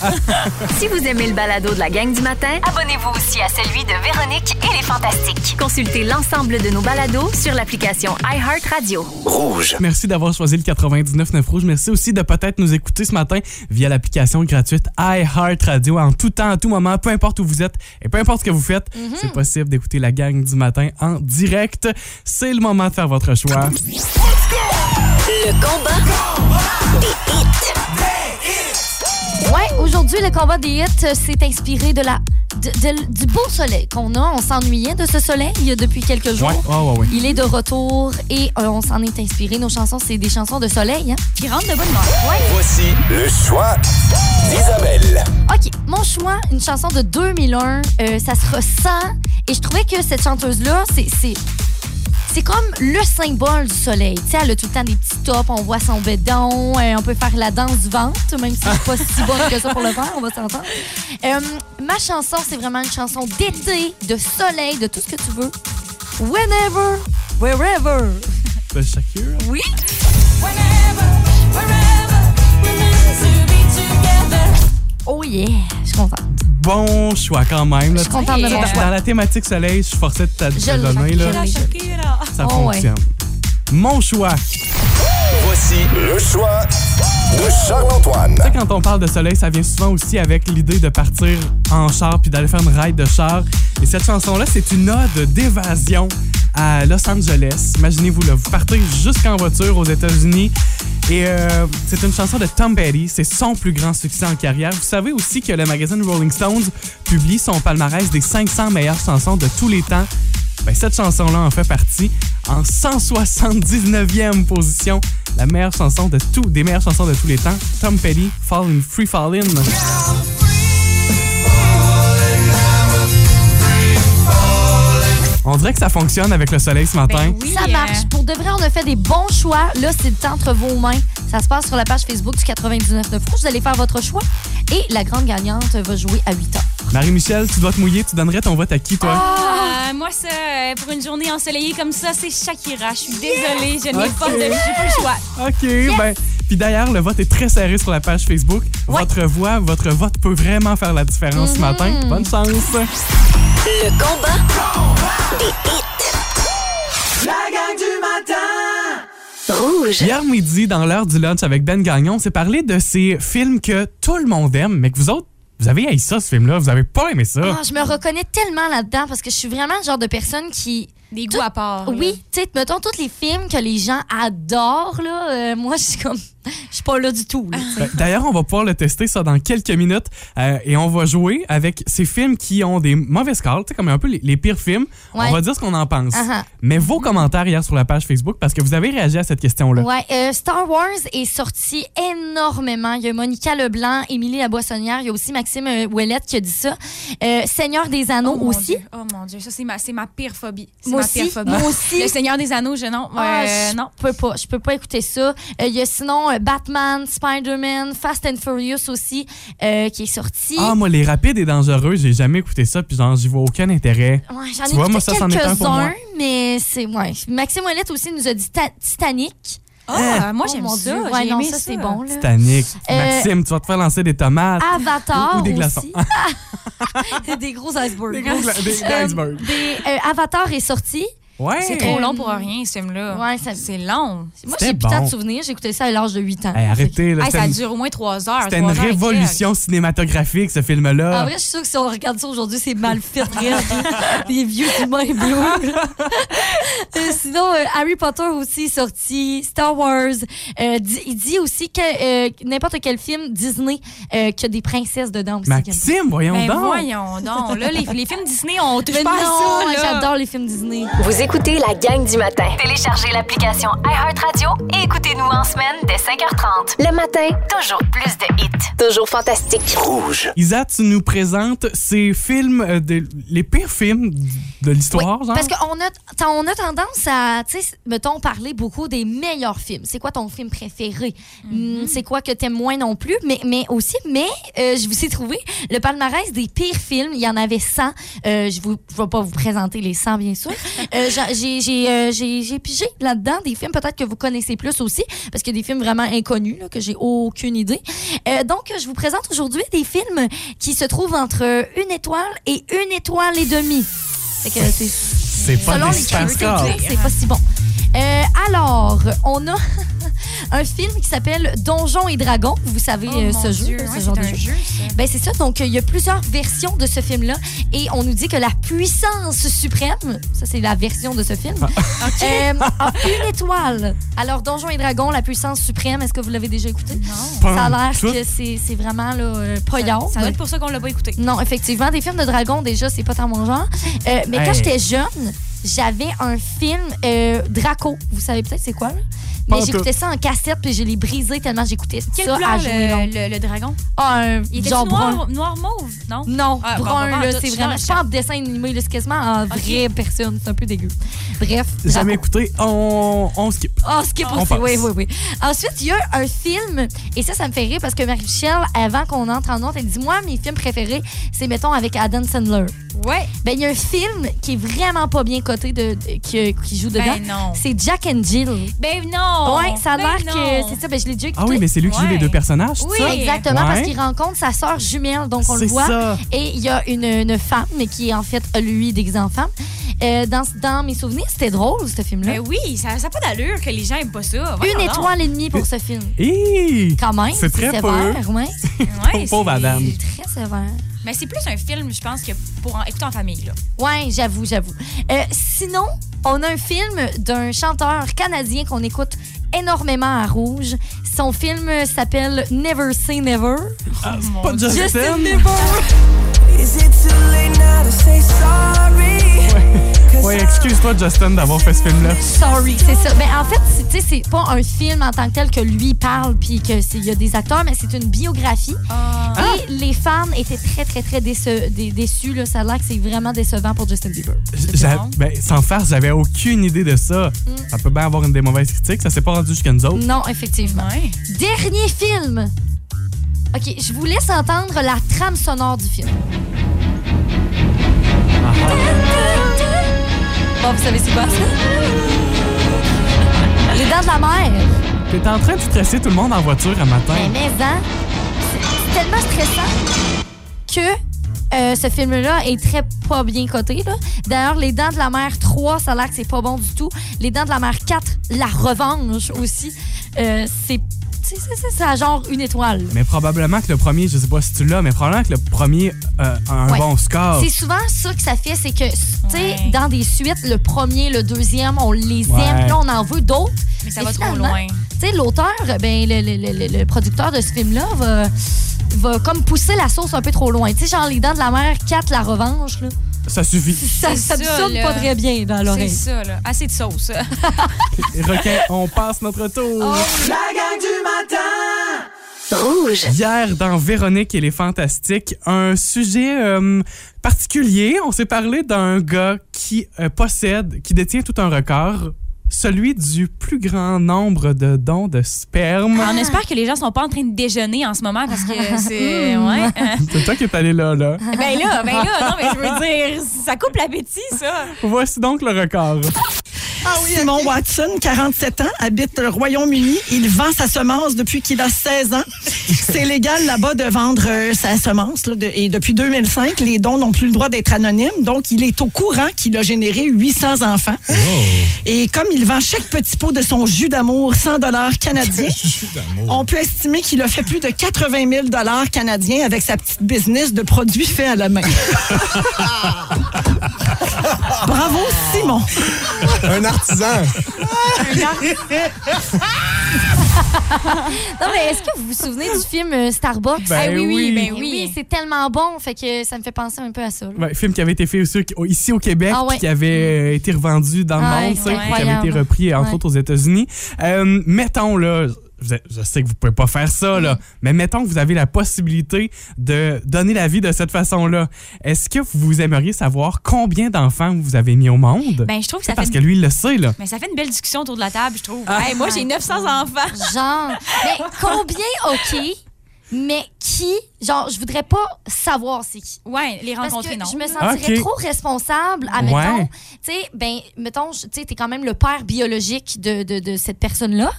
[SPEAKER 6] Si vous aimez le balado de la gang du matin, abonnez-vous aussi à celui de Véronique et les Fantastiques. Consultez l'ensemble de nos balados sur l'application iHeartRadio.
[SPEAKER 8] Rouge.
[SPEAKER 1] Merci d'avoir choisi le 99.9 Rouge. Merci aussi de peut-être nous écouter ce matin via l'application gratuite iHeartRadio en tout temps, à tout moment, peu importe où vous êtes et peu importe ce que vous faites.
[SPEAKER 7] Mm-hmm.
[SPEAKER 1] C'est possible d'écouter la gang du matin en direct. C'est le moment de faire votre choix.
[SPEAKER 7] Ouais, aujourd'hui, le combat des hits euh, s'est inspiré de la, de- de- du beau soleil qu'on a. On s'ennuyait de ce soleil euh, depuis quelques jours.
[SPEAKER 1] Ouais, ouais, ouais, ouais.
[SPEAKER 7] Il est de retour et euh, on s'en est inspiré. Nos chansons, c'est des chansons de soleil. hein.
[SPEAKER 3] Qui rentre de bonne mort.
[SPEAKER 8] Voici le choix d'Isabelle.
[SPEAKER 7] OK, mon choix, une chanson de 2001, euh, ça se ressent. Et je trouvais que cette chanteuse-là, c'est- c'est. C'est comme le symbole du soleil. Tu sais, elle a tout le temps des petits tops, on voit son bédon, euh, on peut faire la danse du ventre, même si je suis pas si bonne que ça pour le faire, on va s'entendre. Euh, ma chanson, c'est vraiment une chanson d'été, de soleil, de tout ce que tu veux. Whenever Wherever.
[SPEAKER 1] Ben, Shakira.
[SPEAKER 7] Oui. Oh yeah, je suis contente.
[SPEAKER 1] Bon choix quand même. là.
[SPEAKER 7] Je suis contente de mon
[SPEAKER 1] Dans-
[SPEAKER 7] choix.
[SPEAKER 1] Dans la thématique soleil, je suis forcé de te
[SPEAKER 7] Je
[SPEAKER 1] te
[SPEAKER 7] le
[SPEAKER 1] donner.
[SPEAKER 7] Shakira,
[SPEAKER 1] Là.
[SPEAKER 3] Shakira.
[SPEAKER 1] Ça
[SPEAKER 7] Oh, ouais.
[SPEAKER 1] fonctionne. Mon choix.
[SPEAKER 8] Voici le choix de Charles-Antoine.
[SPEAKER 1] Tu sais, quand on parle de soleil, ça vient souvent aussi avec l'idée de partir en char puis d'aller faire une ride de char. Et cette chanson-là, c'est une ode d'évasion à Los Angeles. Imaginez-vous, là, vous partez jusqu'en voiture aux États-Unis. Et euh, c'est une chanson de Tom Petty. C'est son plus grand succès en carrière. Vous savez aussi que le magazine Rolling Stones publie son palmarès des 500 meilleures chansons de tous les temps. Ben, cette chanson-là en fait partie en 179e position. La meilleure chanson de tous, des meilleures chansons de tous les temps. Tom Petty, Falling Free Fallin'. On dirait que ça fonctionne avec le soleil ce matin.
[SPEAKER 3] Ben oui,
[SPEAKER 7] Ça
[SPEAKER 3] euh,
[SPEAKER 7] marche. Pour de vrai, on a fait des bons choix. Là, c'est le temps entre vos mains. Ça se passe sur la page Facebook du 99.9 Rouge. Vous allez faire votre choix. Et la grande gagnante va jouer à 8 heures.
[SPEAKER 1] Marie-Michel, tu dois te mouiller, tu donnerais ton vote à qui, toi?
[SPEAKER 3] Euh, moi, ça, euh, pour une journée ensoleillée comme ça, c'est Shakira. Je suis désolée, je n'ai
[SPEAKER 1] Ok.
[SPEAKER 3] pas de j'ai pas le choix.
[SPEAKER 1] OK, ben. Puis d'ailleurs, le vote est très serré sur la page Facebook. Votre voix, votre vote peut vraiment faire la différence
[SPEAKER 3] Mm-hmm.
[SPEAKER 1] ce matin. Bonne chance.
[SPEAKER 5] Le combat.
[SPEAKER 4] La gang du matin!
[SPEAKER 5] Rouge.
[SPEAKER 1] Hier midi, dans l'heure du lunch avec Ben Gagnon, on s'est parlé de ces films que tout le monde aime, mais que vous autres, vous avez haï ça, ce film-là. Vous avez pas aimé ça.
[SPEAKER 7] Ah, je me reconnais tellement là-dedans parce que je suis vraiment le genre de personne qui.
[SPEAKER 3] Des
[SPEAKER 7] Tout-
[SPEAKER 3] goûts à part. là.
[SPEAKER 7] Oui, tu sais, mettons tous les films que les gens adorent, là. euh, moi, [LAUGHS] je suis comme. Je suis pas là du tout. là,
[SPEAKER 3] Ah.
[SPEAKER 7] tu sais.
[SPEAKER 1] Ben, D'ailleurs, on va pouvoir le tester ça dans quelques minutes euh, et on va jouer avec ces films qui ont des mauvais scores, tu sais, comme un peu les, les pires films.
[SPEAKER 7] Ouais.
[SPEAKER 1] On va dire ce qu'on en pense.
[SPEAKER 7] Uh-huh.
[SPEAKER 1] Mais vos commentaires hier sur la page Facebook, parce que vous avez réagi à cette question-là.
[SPEAKER 7] Ouais, euh, Star Wars est sorti énormément. Il y a Monica Leblanc, Émilie Laboissonnière, il y a aussi Maxime euh, Ouellette qui a dit ça. Euh, Seigneur des Anneaux
[SPEAKER 3] Oh mon
[SPEAKER 7] aussi.
[SPEAKER 3] Dieu. Oh mon Dieu, ça, c'est ma, c'est ma pire phobie. C'est
[SPEAKER 7] Moi
[SPEAKER 3] ma pire
[SPEAKER 7] aussi.
[SPEAKER 3] phobie.
[SPEAKER 7] Moi aussi.
[SPEAKER 3] Le Seigneur des Anneaux, je non.
[SPEAKER 7] Ah,
[SPEAKER 3] euh,
[SPEAKER 7] je
[SPEAKER 3] non.
[SPEAKER 7] peux pas, je peux pas écouter ça. Euh, Il y a sinon euh, Batman, Spider-Man, Fast and Furious aussi euh, qui est sorti.
[SPEAKER 1] Ah, moi, les rapides et dangereux, j'ai jamais écouté ça, puis genre, j'y vois aucun intérêt.
[SPEAKER 7] Ouais,
[SPEAKER 1] Tu
[SPEAKER 7] J'en
[SPEAKER 1] vois,
[SPEAKER 7] ai
[SPEAKER 1] moi,
[SPEAKER 7] écouté
[SPEAKER 1] ça, c'en est un pour moi.
[SPEAKER 7] quelques-uns, mais c'est ouais. Maxime Ouellette aussi nous a dit Ta- Titanic.
[SPEAKER 3] Ah, moi,
[SPEAKER 7] Oh
[SPEAKER 3] j'aime
[SPEAKER 7] mon
[SPEAKER 3] ça.
[SPEAKER 7] Dieu,
[SPEAKER 3] J'ai
[SPEAKER 7] ouais, non,
[SPEAKER 3] aimé
[SPEAKER 7] ça c'est bon là.
[SPEAKER 1] Titanic.
[SPEAKER 7] Euh, ah,
[SPEAKER 1] Maxime, tu vas te faire lancer des tomates.
[SPEAKER 7] Avatar
[SPEAKER 1] Ou- ou des glaçons.
[SPEAKER 7] aussi.
[SPEAKER 3] [LAUGHS]
[SPEAKER 7] des gros icebergs.
[SPEAKER 1] Des gros gla- des- des
[SPEAKER 7] Euh,
[SPEAKER 1] icebergs.
[SPEAKER 7] [LAUGHS] des- euh, Avatar est sorti.
[SPEAKER 1] Ouais.
[SPEAKER 3] C'est trop long pour rien, ce film-là.
[SPEAKER 7] Ouais, ça-
[SPEAKER 3] C'est long.
[SPEAKER 7] Moi,
[SPEAKER 1] C'était
[SPEAKER 7] j'ai plus tant
[SPEAKER 1] bon.
[SPEAKER 7] de souvenirs. J'ai écouté ça à l'âge de 8 ans.
[SPEAKER 1] Hey, arrêtez, là.
[SPEAKER 3] Hey,
[SPEAKER 1] c'était
[SPEAKER 3] ça
[SPEAKER 1] une-
[SPEAKER 3] dure au moins trois heures.
[SPEAKER 1] C'était une
[SPEAKER 3] trois heures et quelques.
[SPEAKER 1] révolution cinématographique, ce
[SPEAKER 7] En
[SPEAKER 1] film-là.
[SPEAKER 7] Ah, vrai, je suis sûre que si on regarde ça aujourd'hui, c'est mal fait, rien. Des vieux humains bleus. Euh, Sinon, euh, Harry Potter aussi est sorti, Star Wars. Euh, di- il dit aussi que euh, n'importe quel film Disney euh, qui a des princesses dedans aussi.
[SPEAKER 1] Maxime, voyons
[SPEAKER 3] Ben
[SPEAKER 1] donc.
[SPEAKER 3] voyons donc. Là, les, les films Disney, on touche
[SPEAKER 7] Mais
[SPEAKER 3] pas
[SPEAKER 7] non,
[SPEAKER 3] à ça. là.
[SPEAKER 7] j'adore les films Disney.
[SPEAKER 5] Vous écoutez la gang du matin. Téléchargez l'application iHeartRadio et écoutez-nous en semaine dès 5h30. Le matin, toujours plus de hits. Toujours fantastique.
[SPEAKER 8] Rouge.
[SPEAKER 1] Isa, tu nous présentes ces films, euh, de- les pires films de l'histoire, genre.
[SPEAKER 7] Parce qu'on a, t- on a tendance à, tu sais, mettons, parler beaucoup des meilleurs films. C'est quoi ton film préféré? Hmm, C'est quoi que t'aimes moins non plus? Mais, mais aussi, mais euh, je vous ai trouvé le palmarès des pires films. Il y en avait 100. Euh, je vous- je vais pas vous présenter les 100, bien sûr. Euh, j'a- j'ai- J'ai euh, j'ai- j'ai pigé là-dedans des films peut-être que vous connaissez plus aussi, parce qu'il y a des films vraiment inconnus là, que j'ai aucune idée. Euh, donc, je vous présente aujourd'hui des films qui se trouvent entre une étoile et une étoile et demie. Fait que c'est
[SPEAKER 1] C'est pas
[SPEAKER 7] Selon
[SPEAKER 1] des
[SPEAKER 7] les
[SPEAKER 1] super
[SPEAKER 7] critiques,
[SPEAKER 1] scores.
[SPEAKER 7] là, c'est pas si bon. Euh, alors, on a [LAUGHS] un film qui s'appelle Donjons et Dragons. Vous savez
[SPEAKER 3] Oh,
[SPEAKER 7] euh,
[SPEAKER 3] mon
[SPEAKER 7] ce jeu,
[SPEAKER 3] Dieu,
[SPEAKER 7] ce
[SPEAKER 3] ouais,
[SPEAKER 7] genre de
[SPEAKER 3] c'est
[SPEAKER 7] jeu.
[SPEAKER 3] un jeu, ça.
[SPEAKER 7] Ben c'est ça. Donc euh, il y a plusieurs versions de ce film-là et on nous dit que la puissance suprême, ça c'est la version de ce film,
[SPEAKER 1] Ah.
[SPEAKER 7] [LAUGHS] euh, a une étoile. Alors Donjons et Dragons, la puissance suprême, est-ce que vous l'avez déjà écouté
[SPEAKER 1] Pas
[SPEAKER 7] Ça a l'air
[SPEAKER 1] tout.
[SPEAKER 7] que c'est c'est vraiment là, euh, pas yard.
[SPEAKER 3] Ça doit être pour ça qu'on l'a pas écouté.
[SPEAKER 7] Non, effectivement, des films de dragons, déjà, c'est pas tant mon genre. Euh, mais
[SPEAKER 1] Hey.
[SPEAKER 7] quand j'étais jeune, j'avais un film euh, Draco. Vous savez peut-être c'est quoi, là? Mais
[SPEAKER 1] en
[SPEAKER 7] j'écoutais ça en cassette, puis je l'ai brisé tellement j'écoutais
[SPEAKER 3] Quelle
[SPEAKER 7] ça
[SPEAKER 3] couleur,
[SPEAKER 7] à
[SPEAKER 3] le-
[SPEAKER 7] jouer.
[SPEAKER 3] le, le dragon?
[SPEAKER 7] Ah, un
[SPEAKER 3] Il était
[SPEAKER 7] genre brun.
[SPEAKER 3] noir, noir mauve, non?
[SPEAKER 7] Non,
[SPEAKER 3] Ah, bon,
[SPEAKER 7] brun,
[SPEAKER 3] bon, bon,
[SPEAKER 7] là,
[SPEAKER 3] tout,
[SPEAKER 7] c'est
[SPEAKER 3] je
[SPEAKER 7] vraiment.
[SPEAKER 3] change.
[SPEAKER 7] Je parle de dessin animé, là, c'est quasiment en vraie personne. C'est un peu dégueu. Bref.
[SPEAKER 1] Jamais écouté, on, on skip.
[SPEAKER 7] Oh, skip
[SPEAKER 1] On
[SPEAKER 7] aussi.
[SPEAKER 1] passe.
[SPEAKER 7] Oui, oui, oui. Ensuite, il y a un film, et ça, ça me fait rire parce que Marie-Michel, avant qu'on entre en honte, elle dit Moi, mes films préférés, c'est, mettons, avec Adam Sandler.
[SPEAKER 3] Ouais.
[SPEAKER 7] Ben, il y a un film qui est vraiment pas bien coté de, de- qui, euh, qui joue dedans.
[SPEAKER 3] Ben non.
[SPEAKER 7] C'est Jack and Jill.
[SPEAKER 3] Ben non!
[SPEAKER 7] ouais, ça a
[SPEAKER 3] Ben
[SPEAKER 7] l'air
[SPEAKER 3] non.
[SPEAKER 7] que. C'est ça, ben, je l'ai déjà écouté.
[SPEAKER 1] Ah oui, mais c'est lui qui joue les deux personnages, c'est
[SPEAKER 7] Oui,
[SPEAKER 1] ça?
[SPEAKER 7] exactement, parce
[SPEAKER 1] Ouais.
[SPEAKER 7] qu'il rencontre sa sœur jumelle, donc on le
[SPEAKER 1] C'est
[SPEAKER 7] voit.
[SPEAKER 1] ça.
[SPEAKER 7] Et il y a une, une femme, mais qui est en fait lui déguisé en femme. Euh, dans, dans mes souvenirs, c'était drôle, ce film-là.
[SPEAKER 3] Ben oui, ça n'a pas d'allure que les gens aiment pas ça.
[SPEAKER 7] Une étoile et demie pour ce film.
[SPEAKER 1] Hi!
[SPEAKER 7] Quand même,
[SPEAKER 1] C'est très peu.
[SPEAKER 7] sévère, ouais.
[SPEAKER 1] Pauvre madame.
[SPEAKER 7] Très sévère.
[SPEAKER 3] Mais Ben, c'est plus un film, je pense, que pour en- écouter en famille. Là.
[SPEAKER 7] Ouais, j'avoue, j'avoue. Euh, sinon, on a un film d'un chanteur canadien qu'on écoute énormément à Rouge. Son film s'appelle Never Say Never.
[SPEAKER 1] Ah, c'est pas Justin.
[SPEAKER 4] Is it too late now to say sorry?
[SPEAKER 1] Ouais, excuse-toi, Justin, d'avoir fait ce film-là.
[SPEAKER 7] Sorry, c'est ça. Mais en fait, c'est- tu sais, c'est pas un film en tant que tel que lui parle puis que c'est- il y a des acteurs, mais c'est une biographie. Et les fans étaient très très très déce- dé- déçus là. Ça a l'air que c'est vraiment décevant pour Justin Bieber.
[SPEAKER 1] J'a- ben, sans faire, j'avais aucune idée de ça.
[SPEAKER 7] Mm.
[SPEAKER 1] Ça peut bien avoir une des mauvaises critiques, ça s'est pas rendu jusqu'à nous autres.
[SPEAKER 7] Non, effectivement. Dernier film. OK, je vous laisse entendre la trame sonore du film. Bon, vous savez c'est quoi ça? Les dents de la mer.
[SPEAKER 1] T'es en train de stresser tout le monde en voiture un matin.
[SPEAKER 7] Mais mais, hein, c'est- c'est tellement stressant que euh, ce film-là est très pas bien coté. là. D'ailleurs, Les Dents de la Mer 3, ça a l'air que c'est pas bon du tout. Les Dents de la Mer 4, La Revanche aussi, euh, c'est c'est- c'est- c'est- ça a genre une étoile.
[SPEAKER 1] Mais probablement que le premier, je sais pas si tu l'as, mais probablement que le premier euh, a un
[SPEAKER 7] Ouais.
[SPEAKER 1] bon score.
[SPEAKER 7] C'est souvent ça que ça fait, c'est que, tu sais, dans des suites, le premier, le deuxième, on les
[SPEAKER 1] Ouais.
[SPEAKER 7] aime, puis là, on en veut d'autres.
[SPEAKER 3] Mais ça
[SPEAKER 7] Et
[SPEAKER 3] va trop
[SPEAKER 7] finalement,
[SPEAKER 3] loin.
[SPEAKER 7] Tu sais, l'auteur, ben, le, le- le- le- le producteur de ce film-là va, va comme pousser la sauce un peu trop loin. Tu sais, genre, Les Dents de la Mer 4, La Revanche, là.
[SPEAKER 1] Ça suffit.
[SPEAKER 7] Ça, ça, me sonne
[SPEAKER 3] là.
[SPEAKER 7] pas très bien dans
[SPEAKER 3] C'est
[SPEAKER 7] l'oreille.
[SPEAKER 3] ça, là. Assez de sauce.
[SPEAKER 1] Requin, on passe notre tour.
[SPEAKER 4] La gang du matin!
[SPEAKER 1] Rouge. Hier, dans Véronique et les Fantastiques, un sujet euh, particulier. On s'est parlé d'un gars qui euh, possède, qui détient tout un record, celui du plus grand nombre de dons de sperme.
[SPEAKER 3] [LAUGHS] On espère que les gens sont pas en train de déjeuner en ce moment parce [LAUGHS] que c'est. ouais.
[SPEAKER 1] C'est toi qui est allé là, là.
[SPEAKER 3] Mm. Ben là, ben là, non, mais je veux dire, ça coupe l'appétit, ça.
[SPEAKER 1] Voici donc le record. Ah
[SPEAKER 11] Simon Watson, 47 ans, habite le Royaume-Uni. Il vend sa semence depuis qu'il a 16 ans. C'est légal là-bas de vendre euh, sa semence. là, de- et depuis 2005, les dons n'ont plus le droit d'être anonymes. Donc, il est au courant qu'il a généré 800 enfants. Et comme il vend chaque petit pot de son jus d'amour 100 dollars canadiens, on peut estimer qu'il a fait plus de 80 000 dollars canadiens avec sa petite business de produits faits à la main. Bravo, Simon.
[SPEAKER 12] Un artisan.
[SPEAKER 7] non, mais est-ce que vous vous souvenez du film euh, Starbucks?
[SPEAKER 1] Ben
[SPEAKER 7] Eh
[SPEAKER 1] oui.
[SPEAKER 7] ben oui. C'est tellement bon, fait que ça me fait penser un peu à ça. là.
[SPEAKER 1] Ouais, film qui avait été fait aussi au- ici au Québec,
[SPEAKER 7] Ah ouais.
[SPEAKER 1] puis qui avait euh, été revendu dans le
[SPEAKER 7] Ah,
[SPEAKER 1] monde,
[SPEAKER 7] c'est
[SPEAKER 1] ça, puis qui avait
[SPEAKER 7] incroyable.
[SPEAKER 1] été repris, entre
[SPEAKER 7] Ouais.
[SPEAKER 1] autres, aux États-Unis. Euh, mettons, là, je, je sais que vous pouvez pas faire ça,
[SPEAKER 3] Mm.
[SPEAKER 1] là, mais mettons que vous avez la possibilité de donner la vie de cette façon-là. Est-ce que vous aimeriez savoir combien d'enfants vous avez mis au monde?
[SPEAKER 3] Ben, je trouve que
[SPEAKER 1] C'est
[SPEAKER 3] ça
[SPEAKER 1] Parce
[SPEAKER 3] fait
[SPEAKER 1] que
[SPEAKER 3] une-
[SPEAKER 1] lui, il le sait, là.
[SPEAKER 3] Mais ça fait une belle discussion autour de la table, je trouve. Hey, moi, j'ai 900 enfants.
[SPEAKER 7] Genre, mais combien, OK, mais qui, genre, je voudrais pas savoir c'est qui.
[SPEAKER 3] Ouais, les rencontrer,
[SPEAKER 7] Parce que
[SPEAKER 3] non.
[SPEAKER 7] Je me sentirais
[SPEAKER 1] Ah, Ok.
[SPEAKER 7] trop responsable, à
[SPEAKER 1] Ouais.
[SPEAKER 7] mettons. Tu sais, ben, mettons, je- tu sais, t'es quand même le père biologique de, de, de cette personne-là.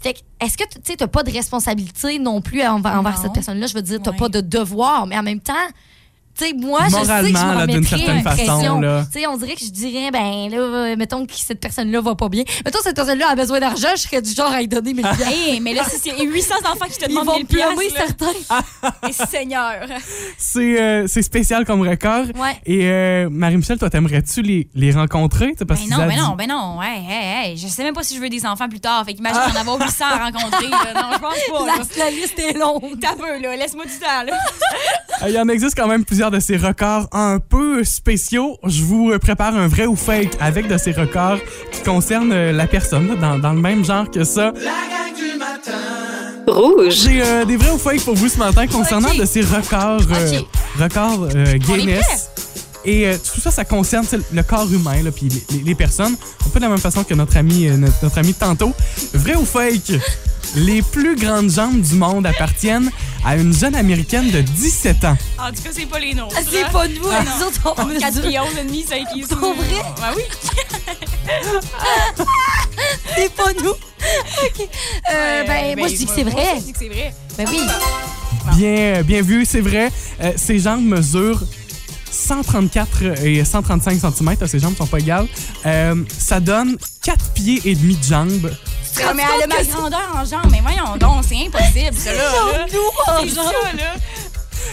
[SPEAKER 7] Fait que, est-ce que, tu sais, t'as pas de responsabilité non plus envers, envers cette personne-là? Je veux dire, t'as pas de devoir, mais en même temps, tu sais, moi, je sais que je
[SPEAKER 1] Moralement,
[SPEAKER 7] m'en
[SPEAKER 1] là, d'une
[SPEAKER 7] mettrais
[SPEAKER 1] certaine
[SPEAKER 7] une
[SPEAKER 1] façon,
[SPEAKER 7] pression.
[SPEAKER 1] là.
[SPEAKER 7] Tu sais, on dirait que je dirais, ben, là, euh, mettons que cette personne-là va pas bien. Mettons que cette personne-là a besoin d'argent, je serais du genre à lui donner
[SPEAKER 3] [LAUGHS]
[SPEAKER 7] mes piastres.
[SPEAKER 3] Hey, Eh, mais là, si c'est 800 enfants qui te
[SPEAKER 7] Ils
[SPEAKER 3] demandent
[SPEAKER 7] vont
[SPEAKER 3] 1000 piastres,
[SPEAKER 7] plomber
[SPEAKER 3] là. Ah,
[SPEAKER 7] certains.
[SPEAKER 3] Et [LAUGHS] Seigneur.
[SPEAKER 1] C'est euh, c'est spécial comme record.
[SPEAKER 3] Ouais.
[SPEAKER 1] Et euh, Marie-Michel, toi, t'aimerais-tu les, les rencontrer? T'sais, Parce
[SPEAKER 3] Ben
[SPEAKER 1] qu'ils
[SPEAKER 3] non,
[SPEAKER 1] a
[SPEAKER 3] ben
[SPEAKER 1] dit-
[SPEAKER 3] non, ben non. Hey, hey, hey. Je sais même pas si je veux des enfants plus tard. Fait qu'imagine en avoir
[SPEAKER 7] [LAUGHS]
[SPEAKER 3] 800 à rencontrer. là. Non, je pense pas.
[SPEAKER 7] La, la liste est longue.
[SPEAKER 3] T'as peu, là. Laisse-moi du temps, là.
[SPEAKER 1] Euh, Il y en existe quand même plusieurs de ces records un peu spéciaux. Je vous euh, prépare un vrai ou fake avec de ces records qui concernent euh, la personne, là, dans, dans le même genre que ça. Rouge. J'ai euh, des vrais ou fake pour vous ce matin concernant de ces records, euh, records euh, Guinness. Et euh, tout ça, ça concerne tu sais, le corps humain, là, puis les, les- les personnes, un peu de la même façon que notre ami, euh, notre, notre ami de tantôt. Vrai ou fake? Les plus grandes jambes du monde appartiennent à une jeune américaine de 17 ans.
[SPEAKER 3] En tout cas, c'est pas les nôtres.
[SPEAKER 7] Ah, c'est pas nous,
[SPEAKER 3] Ah,
[SPEAKER 7] nous
[SPEAKER 3] non.
[SPEAKER 7] autres, on
[SPEAKER 3] 4
[SPEAKER 7] mesure.
[SPEAKER 3] millions et demi, 5 kilos. Pour vrai? Bah oui.
[SPEAKER 7] C'est pas nous. OK. Euh, ben, moi, je dis que c'est vrai.
[SPEAKER 3] Je dis que c'est vrai.
[SPEAKER 7] Ben oui.
[SPEAKER 1] Bien, bien vu, c'est vrai. Euh, ses jambes mesurent 134 et 135 cm. Ses jambes sont pas égales. Euh, ça donne 4 pieds et demi de jambes.
[SPEAKER 3] Ah, mais elle a ma grandeur en genre, mais voyons donc, c'est impossible, ça là. là.
[SPEAKER 7] Nous, en
[SPEAKER 3] C'est ça,
[SPEAKER 7] genre. [LAUGHS]
[SPEAKER 3] là.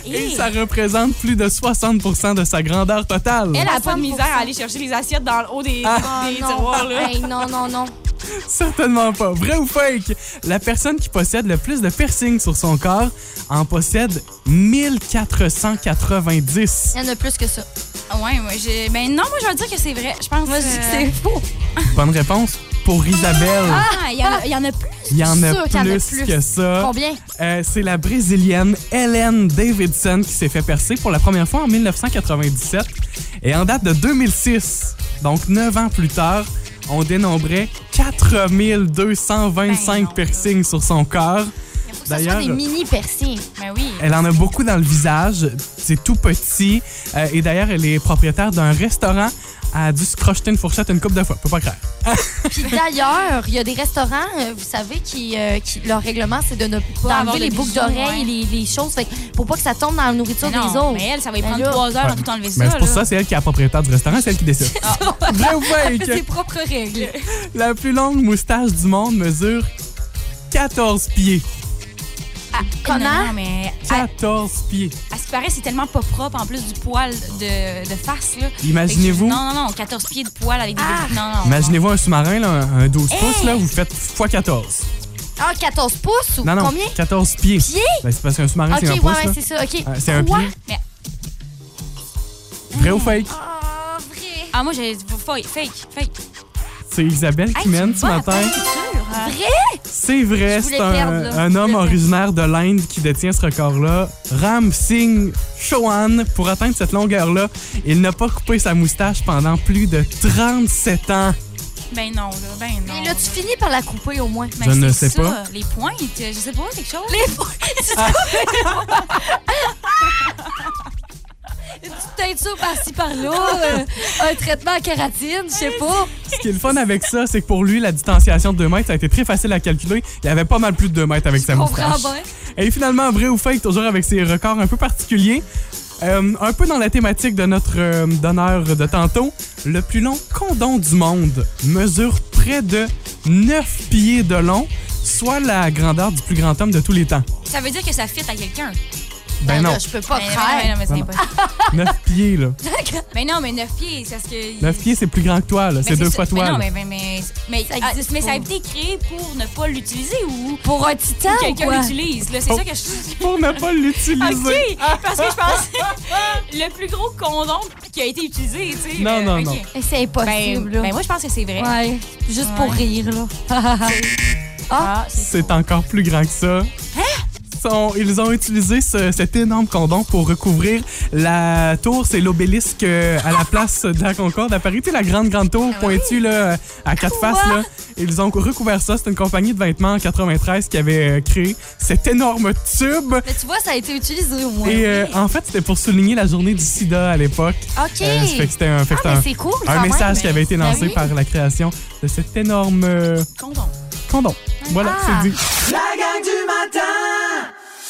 [SPEAKER 1] Et
[SPEAKER 3] Hey.
[SPEAKER 1] ça représente plus de 60 de sa grandeur totale.
[SPEAKER 3] Elle a pas de misère à aller chercher les assiettes dans le haut des, des
[SPEAKER 7] Ah, non.
[SPEAKER 3] tiroirs, là.
[SPEAKER 7] Hey, non, non, non.
[SPEAKER 1] Certainement pas. Vrai ou fake? La personne qui possède le plus de piercings sur son corps en possède 1490.
[SPEAKER 7] Il y en a plus que ça.
[SPEAKER 3] Ah Ouais, moi, j'ai. Ben non, moi, je vais dire que c'est vrai. Je pense
[SPEAKER 7] Moi, je dis que c'est
[SPEAKER 3] faux.
[SPEAKER 1] Bonne réponse pour Isabelle.
[SPEAKER 3] Ah, il y, en
[SPEAKER 7] [LAUGHS]
[SPEAKER 3] a- il y en a plus.
[SPEAKER 1] Il y en a
[SPEAKER 3] Sûr qu'il y en a
[SPEAKER 1] plus,
[SPEAKER 3] plus.
[SPEAKER 1] que ça.
[SPEAKER 3] Combien?
[SPEAKER 1] Euh, c'est la Brésilienne Helen Davidson qui s'est fait percer pour la première fois en 1997. Et en date de 2006, donc 9 ans plus tard, on dénombrait
[SPEAKER 3] Ben
[SPEAKER 1] 4225 piercings sur son corps.
[SPEAKER 7] Ça soit des mini piercings.
[SPEAKER 3] Ben oui.
[SPEAKER 1] Elle en a beaucoup dans le visage. C'est tout petit. Euh, et d'ailleurs, elle est propriétaire d'un restaurant. Elle a dû se crocheter une fourchette une coupe de fois. Peut pas croire.
[SPEAKER 7] Puis d'ailleurs, il y a des restaurants, euh, vous savez, qui, euh, qui- leur règlement, c'est de ne pas
[SPEAKER 3] avoir
[SPEAKER 7] enlever
[SPEAKER 3] de
[SPEAKER 7] les boucles
[SPEAKER 3] bijoux,
[SPEAKER 7] d'oreilles et les, les choses. Fait que pour pas que ça tombe dans la nourriture
[SPEAKER 3] Mais non,
[SPEAKER 7] des autres.
[SPEAKER 3] mais elle, ça va y
[SPEAKER 7] Ben
[SPEAKER 3] prendre
[SPEAKER 7] là.
[SPEAKER 3] trois heures à tout enlever ça.
[SPEAKER 1] Mais c'est pour
[SPEAKER 3] là.
[SPEAKER 1] ça, c'est elle qui est la propriétaire du restaurant. C'est elle qui
[SPEAKER 3] [LAUGHS]
[SPEAKER 1] décide. Vrai ou fake?
[SPEAKER 7] Ses propres règles.
[SPEAKER 1] La plus longue moustache du monde mesure 14 pieds.
[SPEAKER 3] Ah,
[SPEAKER 7] Comment?
[SPEAKER 3] Non, non, mais
[SPEAKER 7] Ah.
[SPEAKER 3] à,
[SPEAKER 1] 14 pieds.
[SPEAKER 3] à ce qui paraît, c'est tellement pas propre en plus du poil de, de face. là.
[SPEAKER 1] Imaginez-vous.
[SPEAKER 3] Fait que je dis, Non, non, non, 14 pieds de poil avec des.
[SPEAKER 7] Ah.
[SPEAKER 3] Non, non.
[SPEAKER 1] Imaginez-vous un sous-marin, là, un un 12
[SPEAKER 7] Hey!
[SPEAKER 1] pouces, là, vous faites x 14.
[SPEAKER 7] Ah, 14 pouces ou
[SPEAKER 1] Non, non,
[SPEAKER 7] combien?
[SPEAKER 1] 14 pieds.
[SPEAKER 7] Pieds?
[SPEAKER 1] Ben, c'est parce qu'un sous-marin,
[SPEAKER 7] Ok,
[SPEAKER 1] c'est un
[SPEAKER 7] ouais,
[SPEAKER 1] pouce.
[SPEAKER 7] ouais,
[SPEAKER 1] là.
[SPEAKER 7] c'est ça. Ok.
[SPEAKER 1] Ah, c'est un
[SPEAKER 7] Quoi?
[SPEAKER 1] pied.
[SPEAKER 3] Mais
[SPEAKER 1] Vrai ou fake?
[SPEAKER 3] Ah, vrai. Ah, moi, j'ai. Fake, fake, fake.
[SPEAKER 1] C'est Isabelle qui mène ce matin.
[SPEAKER 3] hein. Vrai?
[SPEAKER 1] C'est vrai,
[SPEAKER 3] Je voulais
[SPEAKER 1] c'est un,
[SPEAKER 3] perdre, là.
[SPEAKER 1] un homme originaire de l'Inde qui détient ce record-là, Ram Singh Chauhan. Pour atteindre cette longueur-là, il n'a pas coupé sa moustache pendant plus de 37 ans.
[SPEAKER 3] Ben non, là, ben non. Ben
[SPEAKER 7] Mais là, tu finis par la couper au moins.
[SPEAKER 1] Je ne sais pas.
[SPEAKER 3] Les points, je sais pas, quelque chose. Les points.
[SPEAKER 7] Une petite teinture par-ci par-là, euh, un traitement à kératine, je sais pas.
[SPEAKER 1] Ce qui est le fun avec ça, c'est que pour lui, la distanciation de 2 mètres, ça a été très facile à calculer. Il avait pas mal plus de 2 mètres avec sa
[SPEAKER 7] comprends
[SPEAKER 1] moustache. Et finalement, vrai ou fake, toujours avec ses records un peu particuliers. Euh, un peu dans la thématique de notre euh, donneur de tantôt, le plus long condom du monde mesure près de 9 pieds de long, soit la grandeur du plus grand homme de tous les temps.
[SPEAKER 3] Ça veut dire que ça fit à quelqu'un.
[SPEAKER 1] Ben non,
[SPEAKER 7] peux pas
[SPEAKER 3] ben,
[SPEAKER 7] croire.
[SPEAKER 3] Ben non, mais c'est
[SPEAKER 1] Non, non.
[SPEAKER 3] impossible.
[SPEAKER 1] 9 pieds
[SPEAKER 3] [LAUGHS]
[SPEAKER 1] là.
[SPEAKER 3] ben non, mais 9 pieds, c'est parce
[SPEAKER 1] [LAUGHS]
[SPEAKER 3] que.
[SPEAKER 1] 9 pieds, c'est plus grand que toi, là.
[SPEAKER 3] Ben,
[SPEAKER 1] C'est deux
[SPEAKER 3] ça.
[SPEAKER 1] fois toi.
[SPEAKER 3] Mais non,
[SPEAKER 1] là.
[SPEAKER 3] mais, mais, mais, mais, ah, mais ça, a été créé pour ne pas l'utiliser ou.
[SPEAKER 7] Pour un titan
[SPEAKER 3] ou
[SPEAKER 7] ou
[SPEAKER 3] quelqu'un
[SPEAKER 7] quoi?
[SPEAKER 3] l'utilise. là. C'est
[SPEAKER 1] Oh.
[SPEAKER 3] ça que je.
[SPEAKER 1] [LAUGHS] Pour ne pas l'utiliser.
[SPEAKER 3] OK! Parce que je pense le plus gros condom qui a été utilisé, tu sais.
[SPEAKER 1] Non,
[SPEAKER 3] euh,
[SPEAKER 1] non,
[SPEAKER 3] ok.
[SPEAKER 1] non.
[SPEAKER 7] Et Eh, C'est impossible,
[SPEAKER 3] Ben,
[SPEAKER 7] là.
[SPEAKER 3] ben moi, je pense que c'est vrai.
[SPEAKER 7] Ouais, juste pour
[SPEAKER 3] Ouais.
[SPEAKER 7] rire, là.
[SPEAKER 3] Ah,
[SPEAKER 1] C'est encore plus grand que ça.
[SPEAKER 7] Hein?
[SPEAKER 1] Sont- ils ont utilisé ce- cet énorme condom pour recouvrir la tour, c'est l'obélisque euh, à la place de la Concorde à Paris. Tu sais, la grande, grande tour
[SPEAKER 7] Ah
[SPEAKER 1] pointue là, à quatre faces. Là. Ils ont recouvert ça. C'est une compagnie de vêtements en 93 qui avait euh, créé cet énorme tube.
[SPEAKER 7] Mais tu vois, ça a été utilisé au moins.
[SPEAKER 1] Et euh, en fait, c'était pour souligner la journée du sida à l'époque.
[SPEAKER 7] OK.
[SPEAKER 1] Euh, ça fait que c'était un, fait que
[SPEAKER 7] Ah, mais
[SPEAKER 1] c'était
[SPEAKER 7] c'est cool,
[SPEAKER 1] un
[SPEAKER 7] quand
[SPEAKER 1] message
[SPEAKER 7] même.
[SPEAKER 1] qui avait été
[SPEAKER 7] Ben
[SPEAKER 1] lancé
[SPEAKER 7] oui.
[SPEAKER 1] par la création de cet énorme euh,
[SPEAKER 3] Condom.
[SPEAKER 1] condom. Voilà,
[SPEAKER 4] Ah.
[SPEAKER 1] c'est dit.
[SPEAKER 4] La gang du matin.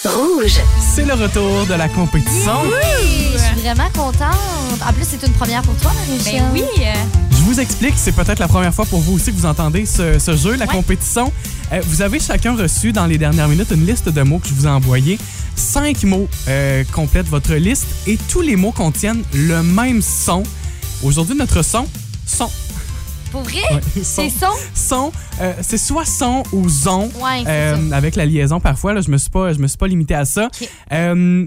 [SPEAKER 1] Rouge. C'est le retour de la compétition.
[SPEAKER 7] Oui, je suis vraiment contente. En plus, c'est une première pour toi, Marie-Michel.
[SPEAKER 3] Ben oui. euh,
[SPEAKER 1] Je vous explique, c'est peut-être la première fois pour vous aussi que vous entendez ce, ce jeu, la compétition. Euh, vous avez chacun reçu dans les dernières minutes une liste de mots que je vous ai envoyés. Cinq mots euh, complètent votre liste et tous les mots contiennent le même son. Aujourd'hui, notre son, son.
[SPEAKER 7] Pour vrai?
[SPEAKER 1] [LAUGHS] Ouais,
[SPEAKER 7] C'est son?
[SPEAKER 1] Son, euh, c'est soit son ou zon,
[SPEAKER 7] Ouais, c'est
[SPEAKER 1] euh, avec la liaison parfois. Là, je me suis pas, je me suis pas limité à ça. Euh,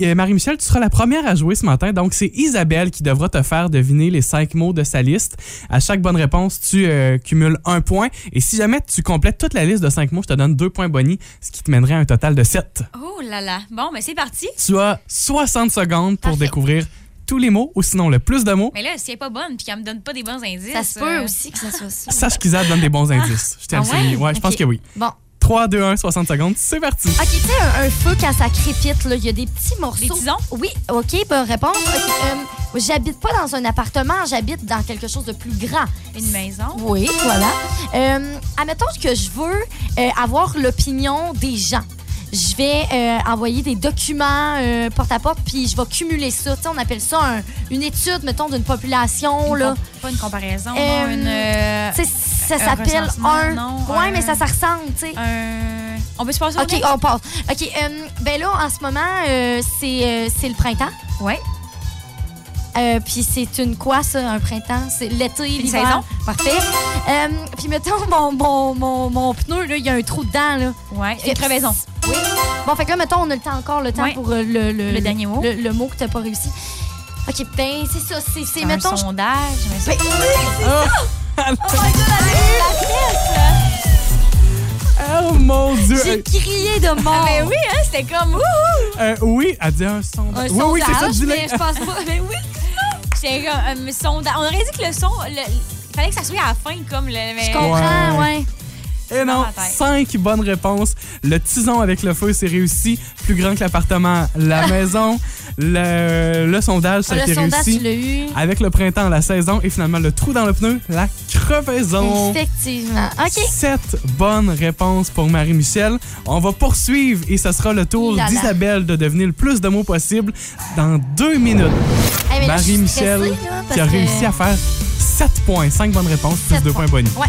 [SPEAKER 1] euh, Marie-Michel, tu seras la première à jouer ce matin. Donc, c'est Isabelle qui devra te faire deviner les cinq mots de sa liste. À chaque bonne réponse, tu euh, cumules un point. Et si jamais tu complètes toute la liste de cinq mots, je te donne deux points bonus, ce qui te mènerait à un total de sept.
[SPEAKER 3] Oh là là. Bon, ben c'est parti.
[SPEAKER 1] Tu as 60 secondes pour découvrir tous les mots ou sinon le plus de mots.
[SPEAKER 3] Mais là, si elle est pas bonne puis qu'elle me donne pas des bons indices.
[SPEAKER 7] Ça
[SPEAKER 3] euh,
[SPEAKER 7] se peut aussi que ça soit ça.
[SPEAKER 1] Sache qu'Isa donne des bons indices. Je tiens à
[SPEAKER 7] Ah
[SPEAKER 1] le souligner.
[SPEAKER 7] ouais?
[SPEAKER 1] Ouais, je pense
[SPEAKER 7] Ok.
[SPEAKER 1] que oui.
[SPEAKER 7] Bon.
[SPEAKER 1] 3, 2, 1, 60 secondes. C'est parti.
[SPEAKER 7] OK, tu sais, un, un feu, quand ça crépite, là, il y a des petits morceaux. Des tisons? Oui, OK, bonne réponse. Ok, euh, j'habite pas dans un appartement, j'habite dans quelque chose de plus grand.
[SPEAKER 3] Une maison?
[SPEAKER 7] Oui, voilà. Euh, admettons que je veux euh, avoir l'opinion des gens. Je vais euh, envoyer des documents euh, porte à porte, puis je vais cumuler ça. Tu sais, on appelle ça un- une étude, mettons, d'une population.
[SPEAKER 3] Une
[SPEAKER 7] Oh là.
[SPEAKER 3] com- Pas une comparaison.
[SPEAKER 7] Euh,
[SPEAKER 3] non, une, euh,
[SPEAKER 7] tu sais, ça
[SPEAKER 3] un
[SPEAKER 7] s'appelle
[SPEAKER 3] recensement,
[SPEAKER 7] un.
[SPEAKER 3] non,
[SPEAKER 7] ouais,
[SPEAKER 3] un-
[SPEAKER 7] mais ça, ça ressemble, tu sais.
[SPEAKER 3] On peut se passer au
[SPEAKER 7] OK, oh,
[SPEAKER 3] nez?
[SPEAKER 7] on passe. OK, euh, ben là, en ce moment, euh, c'est euh, c'est le printemps. Euh,
[SPEAKER 3] Ouais.
[SPEAKER 7] puis c'est une quoi, ça, un printemps? C'est l'été,
[SPEAKER 3] Une
[SPEAKER 7] l'hiver.
[SPEAKER 3] saison.
[SPEAKER 7] Parfait. Euh, puis mettons, mon, mon, mon, mon pneu, là, il y a un trou dedans, là.
[SPEAKER 3] Ouais,
[SPEAKER 7] une crevaison. Oui. Bon, fait que là, mettons, on a le temps encore, le temps
[SPEAKER 3] Ouais.
[SPEAKER 7] pour euh, le,
[SPEAKER 3] Le dernier mot.
[SPEAKER 7] Le, le mot que t'as pas réussi. OK, ben, c'est ça. C'est, c'est,
[SPEAKER 3] C'est
[SPEAKER 7] mettons...
[SPEAKER 3] un
[SPEAKER 7] je-
[SPEAKER 3] sondage. mais ça-
[SPEAKER 7] Ben oui, c'est ça!
[SPEAKER 1] Oh mon Dieu!
[SPEAKER 7] J'ai crié de mort.
[SPEAKER 3] Mais oui, hein, c'était comme wouhou!
[SPEAKER 1] Euh, oui, elle dit un son.
[SPEAKER 3] Un
[SPEAKER 1] oui, oui, c'est ça,
[SPEAKER 3] sondage,
[SPEAKER 1] dis-le.
[SPEAKER 3] mais je pense pas. Mais oui! J'étais comme un sondage. On aurait dit que le son, le- il fallait que ça soit à la fin, comme le. mais-
[SPEAKER 1] Je comprends, Ouais. ouais. Et Eh non,
[SPEAKER 3] ma tête.
[SPEAKER 1] cinq bonnes réponses. Le tison avec le feu, c'est réussi. Plus grand que l'appartement, la maison. Le, le sondage, ça a
[SPEAKER 7] Le
[SPEAKER 1] été
[SPEAKER 7] sondage,
[SPEAKER 1] réussi.
[SPEAKER 7] tu l'as eu.
[SPEAKER 1] Avec le printemps, la saison et finalement le trou dans le pneu, la crevaison.
[SPEAKER 7] Effectivement. OK. Eh
[SPEAKER 1] Sept bonnes réponses pour Marie-Michel. On va poursuivre et ce sera le tour
[SPEAKER 7] Là là.
[SPEAKER 1] d'Isabelle de devenir le plus de mots possible dans deux minutes.
[SPEAKER 7] Eh, mais là, je suis
[SPEAKER 1] Marie-Michel
[SPEAKER 7] stressée, là,
[SPEAKER 1] qui a
[SPEAKER 7] parce que-
[SPEAKER 1] réussi à faire 7 points, 5 bonnes réponses plus 2 points bonus.
[SPEAKER 7] Ouais.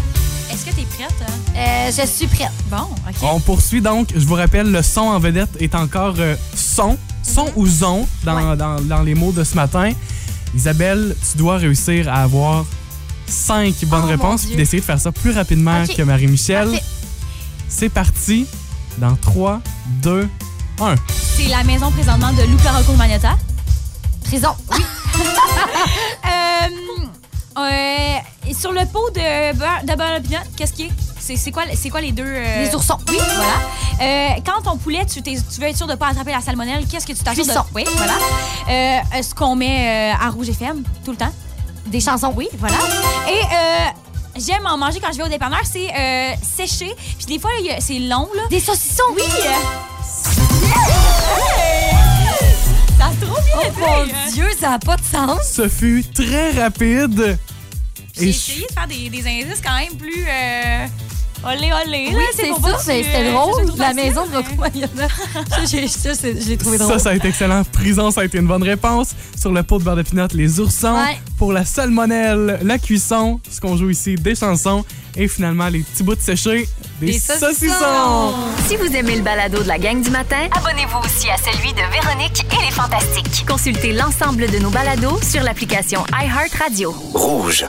[SPEAKER 3] Est-ce que t'es prête? hein?
[SPEAKER 7] euh, je suis prête.
[SPEAKER 3] Bon, OK.
[SPEAKER 1] On poursuit donc, je vous rappelle, le son en vedette est encore euh, son, son ou zon dans, dans- dans les mots de ce matin. Isabelle, tu dois réussir à avoir cinq bonnes réponses
[SPEAKER 7] Oh, Dieu.
[SPEAKER 1] puis d'essayer de faire ça plus rapidement
[SPEAKER 7] Ok.
[SPEAKER 1] que Marie-Michel.
[SPEAKER 7] Parfait.
[SPEAKER 1] C'est parti dans 3, 2, 1.
[SPEAKER 3] C'est la maison présentement de Luca Rocco Magnata.
[SPEAKER 7] Prison. Oui.
[SPEAKER 3] [LAUGHS] euh, euh, et sur le pot de beurre de beurre à peanut, qu'est-ce qu'il y a? C'est c'est quoi, c'est quoi les deux? euh,
[SPEAKER 7] Les oursons.
[SPEAKER 3] Oui, voilà. Euh, quand ton poulet, tu, t'es- tu veux être sûr de ne pas attraper la salmonelle, qu'est-ce que tu t'assures de...
[SPEAKER 7] Cuisson.
[SPEAKER 3] Oui, voilà. Euh, euh, ce qu'on met euh, à Rouge FM tout le temps.
[SPEAKER 7] Des chansons.
[SPEAKER 3] Oui, voilà. Et euh, j'aime en manger quand je vais au dépanneur, c'est euh, séché. Puis des fois, il y a- c'est long, là.
[SPEAKER 7] Des saucissons.
[SPEAKER 3] Oui. euh, Ça a trop bien été.
[SPEAKER 7] Oh mon Dieu, ça n'a pas de sens.
[SPEAKER 1] Ce fut très rapide.
[SPEAKER 3] J'ai
[SPEAKER 1] Et je-
[SPEAKER 3] essayé de faire des, des indices quand même plus. Euh... Olé, olé. là,
[SPEAKER 7] Oui,
[SPEAKER 3] c'est
[SPEAKER 7] c'est
[SPEAKER 3] pour
[SPEAKER 7] ça,
[SPEAKER 3] pas que
[SPEAKER 7] c'est
[SPEAKER 3] tu,
[SPEAKER 7] c'était
[SPEAKER 3] euh,
[SPEAKER 7] drôle.
[SPEAKER 3] que tu te
[SPEAKER 7] La
[SPEAKER 3] fasses
[SPEAKER 7] maison de Rocco Mayana. [LAUGHS] Ça, j'ai- ça, c'est- je l'ai trouvé drôle.
[SPEAKER 1] Ça, ça a été excellent. Prison, ça a été une bonne réponse. Sur le pot de beurre de pinot, les oursons.
[SPEAKER 7] Ouais.
[SPEAKER 1] Pour la salmonelle, la cuisson, ce qu'on joue ici, des chansons. Et finalement, les petits bouts de séchés, des, saucissons.
[SPEAKER 6] Si vous aimez le balado de la gang du matin,
[SPEAKER 5] Abonnez-vous aussi à celui de Véronique et les Fantastiques.
[SPEAKER 6] consultez l'ensemble de nos balados sur l'application iHeartRadio.
[SPEAKER 10] Rouge.